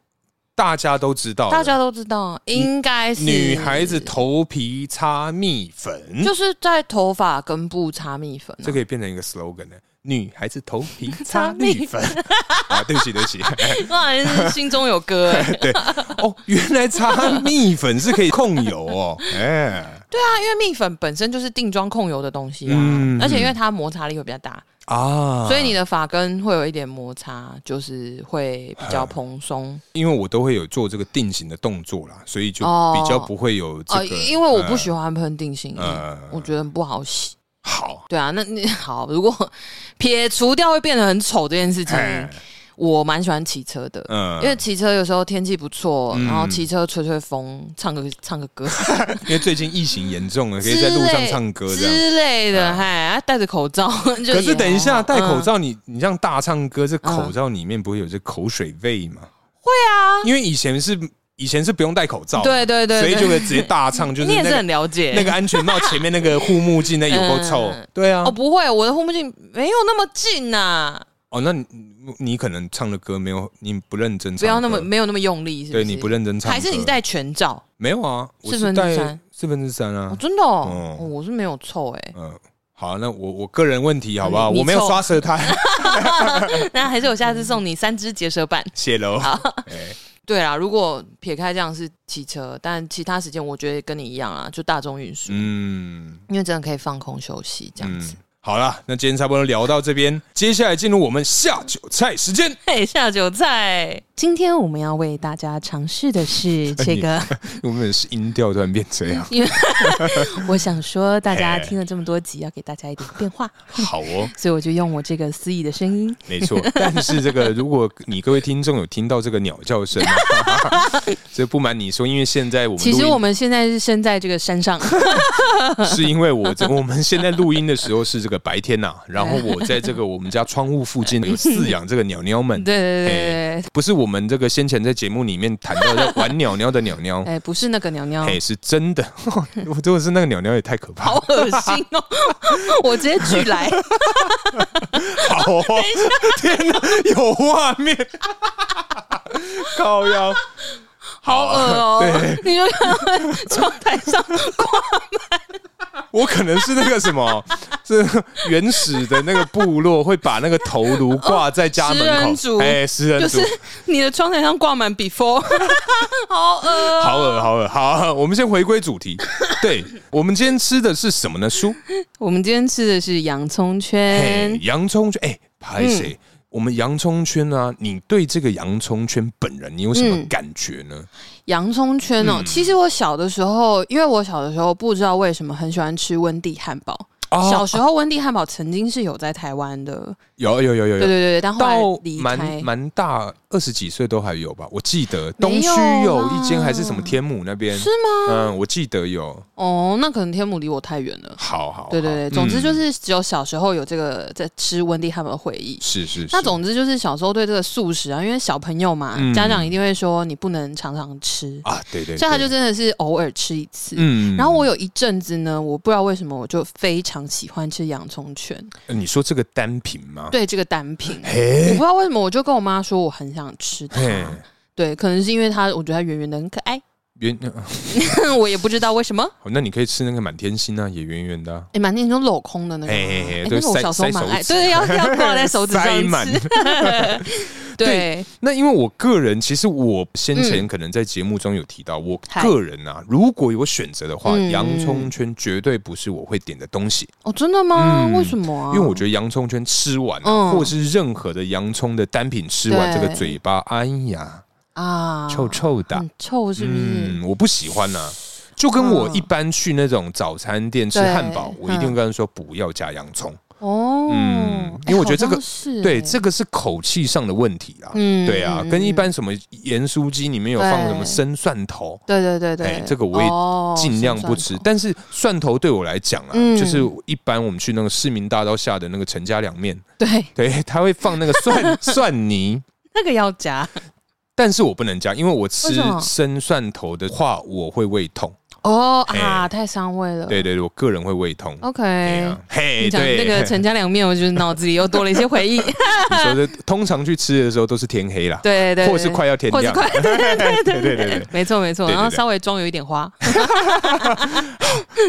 Speaker 2: 大家都知道的，
Speaker 1: 大家都知道，应该是
Speaker 2: 女孩子头皮擦蜜粉，
Speaker 1: 就是在头发根部擦蜜粉、啊，
Speaker 2: 这可以变成一个 slogan 呢、女孩子头皮擦蜜粉啊，对不起，对不起，
Speaker 1: 哇，你是心中有歌 哎、
Speaker 2: 对哦，原来擦蜜粉是可以控油哦，哎、
Speaker 1: 对啊，因为蜜粉本身就是定妆控油的东西啊，
Speaker 2: 嗯
Speaker 1: 而且因为它摩擦力会比较大，
Speaker 2: 啊，
Speaker 1: 所以你的发根会有一点摩擦，就是会比较蓬松。
Speaker 2: 因为我都会有做这个定型的动作啦，所以就
Speaker 1: 哦
Speaker 2: 比较不会有这
Speaker 1: 哦，
Speaker 2: 个，
Speaker 1: 因为我不喜欢喷定型液，
Speaker 2: 呃
Speaker 1: 我觉得不好洗。
Speaker 2: 好，
Speaker 1: 对啊，那 你好，如果撇除掉会变得很丑这件事情，
Speaker 2: 哎
Speaker 1: 我蛮喜欢骑车的。
Speaker 2: 嗯，
Speaker 1: 因为骑车有时候天气不错，
Speaker 2: 嗯
Speaker 1: 然后骑车吹吹风，唱个唱个歌，
Speaker 2: 因为最近疫情严重了，可以在路上唱歌这样。
Speaker 1: 之类的，
Speaker 2: 嗯
Speaker 1: 嗨，啊戴着口罩。 就
Speaker 2: 可是
Speaker 1: 也
Speaker 2: 等一下
Speaker 1: 还好
Speaker 2: 戴口
Speaker 1: 嗯
Speaker 2: 罩，你你这样大唱歌，这口罩里面不会有这口水味吗？会啊，因为以前是以前是不用戴口
Speaker 1: 嗯
Speaker 2: 罩，
Speaker 1: 对对对，
Speaker 2: 所以
Speaker 1: 对
Speaker 2: 就会直接大唱，就是
Speaker 1: 你也
Speaker 2: 那
Speaker 1: 是
Speaker 2: 个
Speaker 1: 很了解
Speaker 2: 那个安全帽前面那个护目镜那有够臭
Speaker 1: 嗯，
Speaker 2: 对啊
Speaker 1: 哦，，不会，我的护目镜没有那么近啊呐，
Speaker 2: 哦，那你你可能唱的歌没有你不认真唱歌，
Speaker 1: 不要那么没有那么用力，是不
Speaker 2: 对
Speaker 1: 是？
Speaker 2: 你不认真唱歌，
Speaker 1: 还是你是戴全罩？
Speaker 2: 没有啊，我
Speaker 1: 四分之
Speaker 2: 是戴
Speaker 1: 三
Speaker 2: 四分之三啊
Speaker 1: 哦，，真的哦，
Speaker 2: 嗯
Speaker 1: 哦我是没有臭哎，
Speaker 2: 嗯，好，那我我个人问题好不好？
Speaker 1: 嗯你
Speaker 2: 我没有
Speaker 1: 错
Speaker 2: 刷舌苔，
Speaker 1: 那还是我下次送你三支结舌板。
Speaker 2: 谢喽。哎
Speaker 1: 对啦，如果撇开这样是骑车，但其他时间我觉得跟你一样啊，就大众运输，
Speaker 2: 嗯，
Speaker 1: 因为真的可以放空休息这样子。
Speaker 2: 嗯好了，那今天差不多聊到这边，接下来进入我们下酒菜时间。
Speaker 1: 嘿，下酒菜，今天我们要为大家尝试的
Speaker 2: 哎
Speaker 1: 是这个。
Speaker 2: 我们是音调突然变这样，
Speaker 1: 因为我想说，大家听了这么多集，要给大家一点变化，
Speaker 2: 好哦，
Speaker 1: 所以我就用我这个肆意的声音。
Speaker 2: 没错。但是这个，如果你各位听众有听到这个鸟叫声 啊，这不瞒你说，因为现在我们
Speaker 1: 其实
Speaker 2: 录音
Speaker 1: 我们现在是身在这个山上，
Speaker 2: 是因为我 这我们现在录音的时候是这个白天呐、 然后我在这个我们家窗户附近有饲养这个鸟鸟
Speaker 1: 对
Speaker 2: 们，
Speaker 1: 对对对对，
Speaker 2: 不是我们这个先前在节目里面谈到要玩鸟鸟的鸟鸟，
Speaker 1: 哎，不是那个鸟鸟，
Speaker 2: 嘿，是真的。 我如果是那个鸟鸟也太可怕
Speaker 1: 好
Speaker 2: 了，
Speaker 1: 恶心哦！我直接举来，
Speaker 2: 好哦， 天哪，有画面， 靠腰，
Speaker 1: 好
Speaker 2: 啊
Speaker 1: 恶哦！你就看到窗台上
Speaker 2: 我可能是那个 什么，是原始的那个部落会把那个头颅挂在家
Speaker 1: 食人
Speaker 2: 门口，
Speaker 1: 族
Speaker 2: 哎，食人
Speaker 1: 就
Speaker 2: 族
Speaker 1: 是。你的窗台上挂满 before，好恶哦，
Speaker 2: 好恶好恶，好，我们先回归主 题。对我们今天吃的是什么呢？叔，
Speaker 1: 我们今天吃的是洋葱
Speaker 2: 哎
Speaker 1: 圈，，
Speaker 2: 洋葱圈，哎、拍谁？
Speaker 1: 嗯
Speaker 2: 我们洋葱圈啊，你对这个洋葱圈本人，你有什么
Speaker 1: 嗯
Speaker 2: 感觉呢？
Speaker 1: 洋葱圈
Speaker 2: 嗯
Speaker 1: 哦。其实我小的时候，因为我小的时候不知道为什么很喜欢吃温蒂汉堡。
Speaker 2: 哦
Speaker 1: 小时候温蒂汉堡曾经是有在台湾的，
Speaker 2: 有有有有
Speaker 1: 对对
Speaker 2: 有，
Speaker 1: 对对，但后来
Speaker 2: 到
Speaker 1: 离
Speaker 2: 蛮
Speaker 1: 开。
Speaker 2: 蛮大，二十几岁都还有吧？我记得
Speaker 1: 没
Speaker 2: 东区
Speaker 1: 有
Speaker 2: 有
Speaker 1: 啦
Speaker 2: 一间，还是什么天母那边
Speaker 1: 是吗？
Speaker 2: 嗯，我记得有。
Speaker 1: 哦，那可能天母离我太远了。
Speaker 2: 好好，
Speaker 1: 对对
Speaker 2: 好
Speaker 1: 对，总之就、
Speaker 2: 嗯
Speaker 1: 是只有小时候有这个在吃温蒂汉堡的回忆。
Speaker 2: 是是是
Speaker 1: 那总之就是小时候对这个素食啊，因为小朋友嘛，
Speaker 2: 嗯
Speaker 1: 家长一定会说你不能常常吃，
Speaker 2: 啊，对对对，
Speaker 1: 所以他就真的是偶尔吃一次。
Speaker 2: 嗯
Speaker 1: 然后我有一阵子呢，我不知道为什么我就非常喜欢吃洋葱圈，
Speaker 2: 呃你说这个单品吗？
Speaker 1: 对这个单品，我
Speaker 2: 啊嘿，
Speaker 1: 不知道为什么我就跟我妈说我很想吃
Speaker 2: 嘿
Speaker 1: 它。，对，可能是因为它，我觉得它圆圆的很可爱，
Speaker 2: 原
Speaker 1: 我也不知道为什么。
Speaker 2: 哦，那你可以吃那个满天星啊，也圆圆的、啊。
Speaker 1: 哎，满天那种镂空的那个吗，
Speaker 2: 嘿嘿嘿
Speaker 1: 哎，
Speaker 2: 对
Speaker 1: 那个我
Speaker 2: 塞
Speaker 1: 小时候蛮爱，
Speaker 2: 塞手指
Speaker 1: 对，要要挂在手指
Speaker 2: 塞
Speaker 1: 上
Speaker 2: 满
Speaker 1: 吃。 对，
Speaker 2: 那因为我个人，其实我先前
Speaker 1: 嗯
Speaker 2: 可能在节目中有提到，我
Speaker 1: 嗨
Speaker 2: 个人啊，如果有选择的话，
Speaker 1: 嗯
Speaker 2: 洋葱圈绝对不是我会点的东西，
Speaker 1: 哦，真的吗？
Speaker 2: 嗯
Speaker 1: 为什么啊？
Speaker 2: 因为我觉得洋葱圈吃完、啊，
Speaker 1: 嗯
Speaker 2: 或是任何的洋葱的单品吃完，这
Speaker 1: 对
Speaker 2: 个嘴巴，哎呀，
Speaker 1: 啊，
Speaker 2: 臭臭的，
Speaker 1: 很臭，是不是？
Speaker 2: 嗯，我不喜欢啊。就跟我
Speaker 1: 嗯
Speaker 2: 一般去那种早餐店吃
Speaker 1: 对
Speaker 2: 汉堡，我一定
Speaker 1: 嗯
Speaker 2: 跟他说不要加洋葱。
Speaker 1: 哦，
Speaker 2: 嗯因为我觉得这个
Speaker 1: 哎好像是
Speaker 2: 对，
Speaker 1: 哎
Speaker 2: 这个是口气上的问题啊。
Speaker 1: 嗯
Speaker 2: 对啊，
Speaker 1: 嗯
Speaker 2: 跟一
Speaker 1: 嗯
Speaker 2: 般什么盐酥鸡里面有放什么
Speaker 1: 对
Speaker 2: 生蒜头，
Speaker 1: 对对对对
Speaker 2: 哎，这个我也
Speaker 1: 哦
Speaker 2: 尽量不吃。
Speaker 1: 蒜头
Speaker 2: 但是蒜头对我来讲啊，
Speaker 1: 嗯
Speaker 2: 就是一般我们去那个市民大道下的那个陈家凉面，
Speaker 1: 对，
Speaker 2: 对，他会放那个蒜蒜泥，
Speaker 1: 那个要夹
Speaker 2: 但是我不能加，因为我
Speaker 1: 为
Speaker 2: 吃
Speaker 1: 什么
Speaker 2: 生蒜头的话，我会胃痛。
Speaker 1: 哦啊，太伤胃了。
Speaker 2: 哎对对对，我个人会胃痛。对
Speaker 1: OK，
Speaker 2: 啊嘿，
Speaker 1: 你讲
Speaker 2: 对
Speaker 1: 那个陈家凉面，我就是脑子里又多了一些回 忆。
Speaker 2: 你说的，通常去吃的时候都是天黑啦，
Speaker 1: 对对，对
Speaker 2: 或是快要天
Speaker 1: 或是
Speaker 2: 亮，
Speaker 1: 快，对 对对对
Speaker 2: 对对
Speaker 1: 对
Speaker 2: 对
Speaker 1: 没错没错，
Speaker 2: 对对对
Speaker 1: 然后稍微妆有一点花，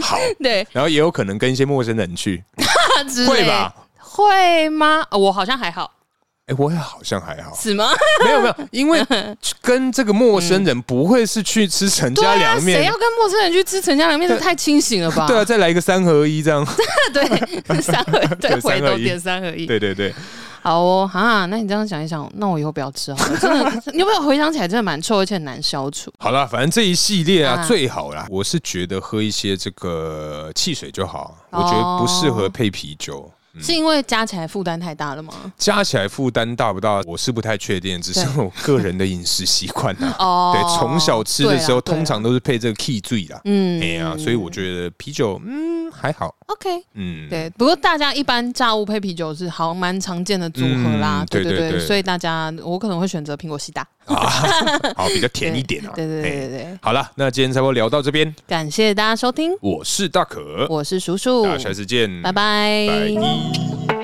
Speaker 2: 好，
Speaker 1: 对，
Speaker 2: 然后也有可能跟一些陌生人去，
Speaker 1: 之类
Speaker 2: 会吧？？
Speaker 1: 会吗？哦我好像还好，
Speaker 2: 哎，我也好像还好，
Speaker 1: 是吗？
Speaker 2: 没有没有，因为跟这个陌生人不会是去吃陈
Speaker 1: 对
Speaker 2: 家
Speaker 1: 啊，
Speaker 2: 凉
Speaker 1: 谁
Speaker 2: 面
Speaker 1: 要，跟陌生人去吃陈家凉面？这太清醒了吧？
Speaker 2: 对啊，再来一个三合一这样，
Speaker 1: 对，三合一，对，
Speaker 2: 对
Speaker 1: 回
Speaker 2: 三合
Speaker 1: 头
Speaker 2: 一
Speaker 1: 点三合一。
Speaker 2: 对对对，
Speaker 1: 好哦，哈，那你这样想一想，那我以后不要吃 好了。真的，你有没有回想起来，真的蛮臭，而且很难消除。
Speaker 2: 好啦，反正这一系列啊，
Speaker 1: 啊
Speaker 2: 最好啦。我是觉得喝一些这个汽水就好，
Speaker 1: 哦
Speaker 2: 我觉得不适合配啤酒。嗯
Speaker 1: 是因为加起来负担太大了吗？
Speaker 2: 加起来负担大不大？我是不太确定，只是我个人的饮食习惯啊。
Speaker 1: 哦，
Speaker 2: 对，从小吃的时候，
Speaker 1: 对啦
Speaker 2: 通常，都是配这个 key 醉啦。
Speaker 1: 对啦嗯
Speaker 2: 哎呀，所以我觉得啤酒，嗯，还好，
Speaker 1: OK，
Speaker 2: 嗯，
Speaker 1: 对。不过大家一般炸物配啤酒是好像蛮常见的组合啦
Speaker 2: 嗯，
Speaker 1: 对
Speaker 2: 对
Speaker 1: 对
Speaker 2: 对对
Speaker 1: 所以大家我可能会选择苹果西打，
Speaker 2: 啊，好，比较甜一点啊。
Speaker 1: 对对对
Speaker 2: 哎
Speaker 1: 对对。
Speaker 2: 好了，那今天差不多聊到这边，
Speaker 1: 感谢大家收听，
Speaker 2: 我是大可，
Speaker 1: 我是叔叔
Speaker 2: 大，家下次见，
Speaker 1: 拜拜
Speaker 2: 拜。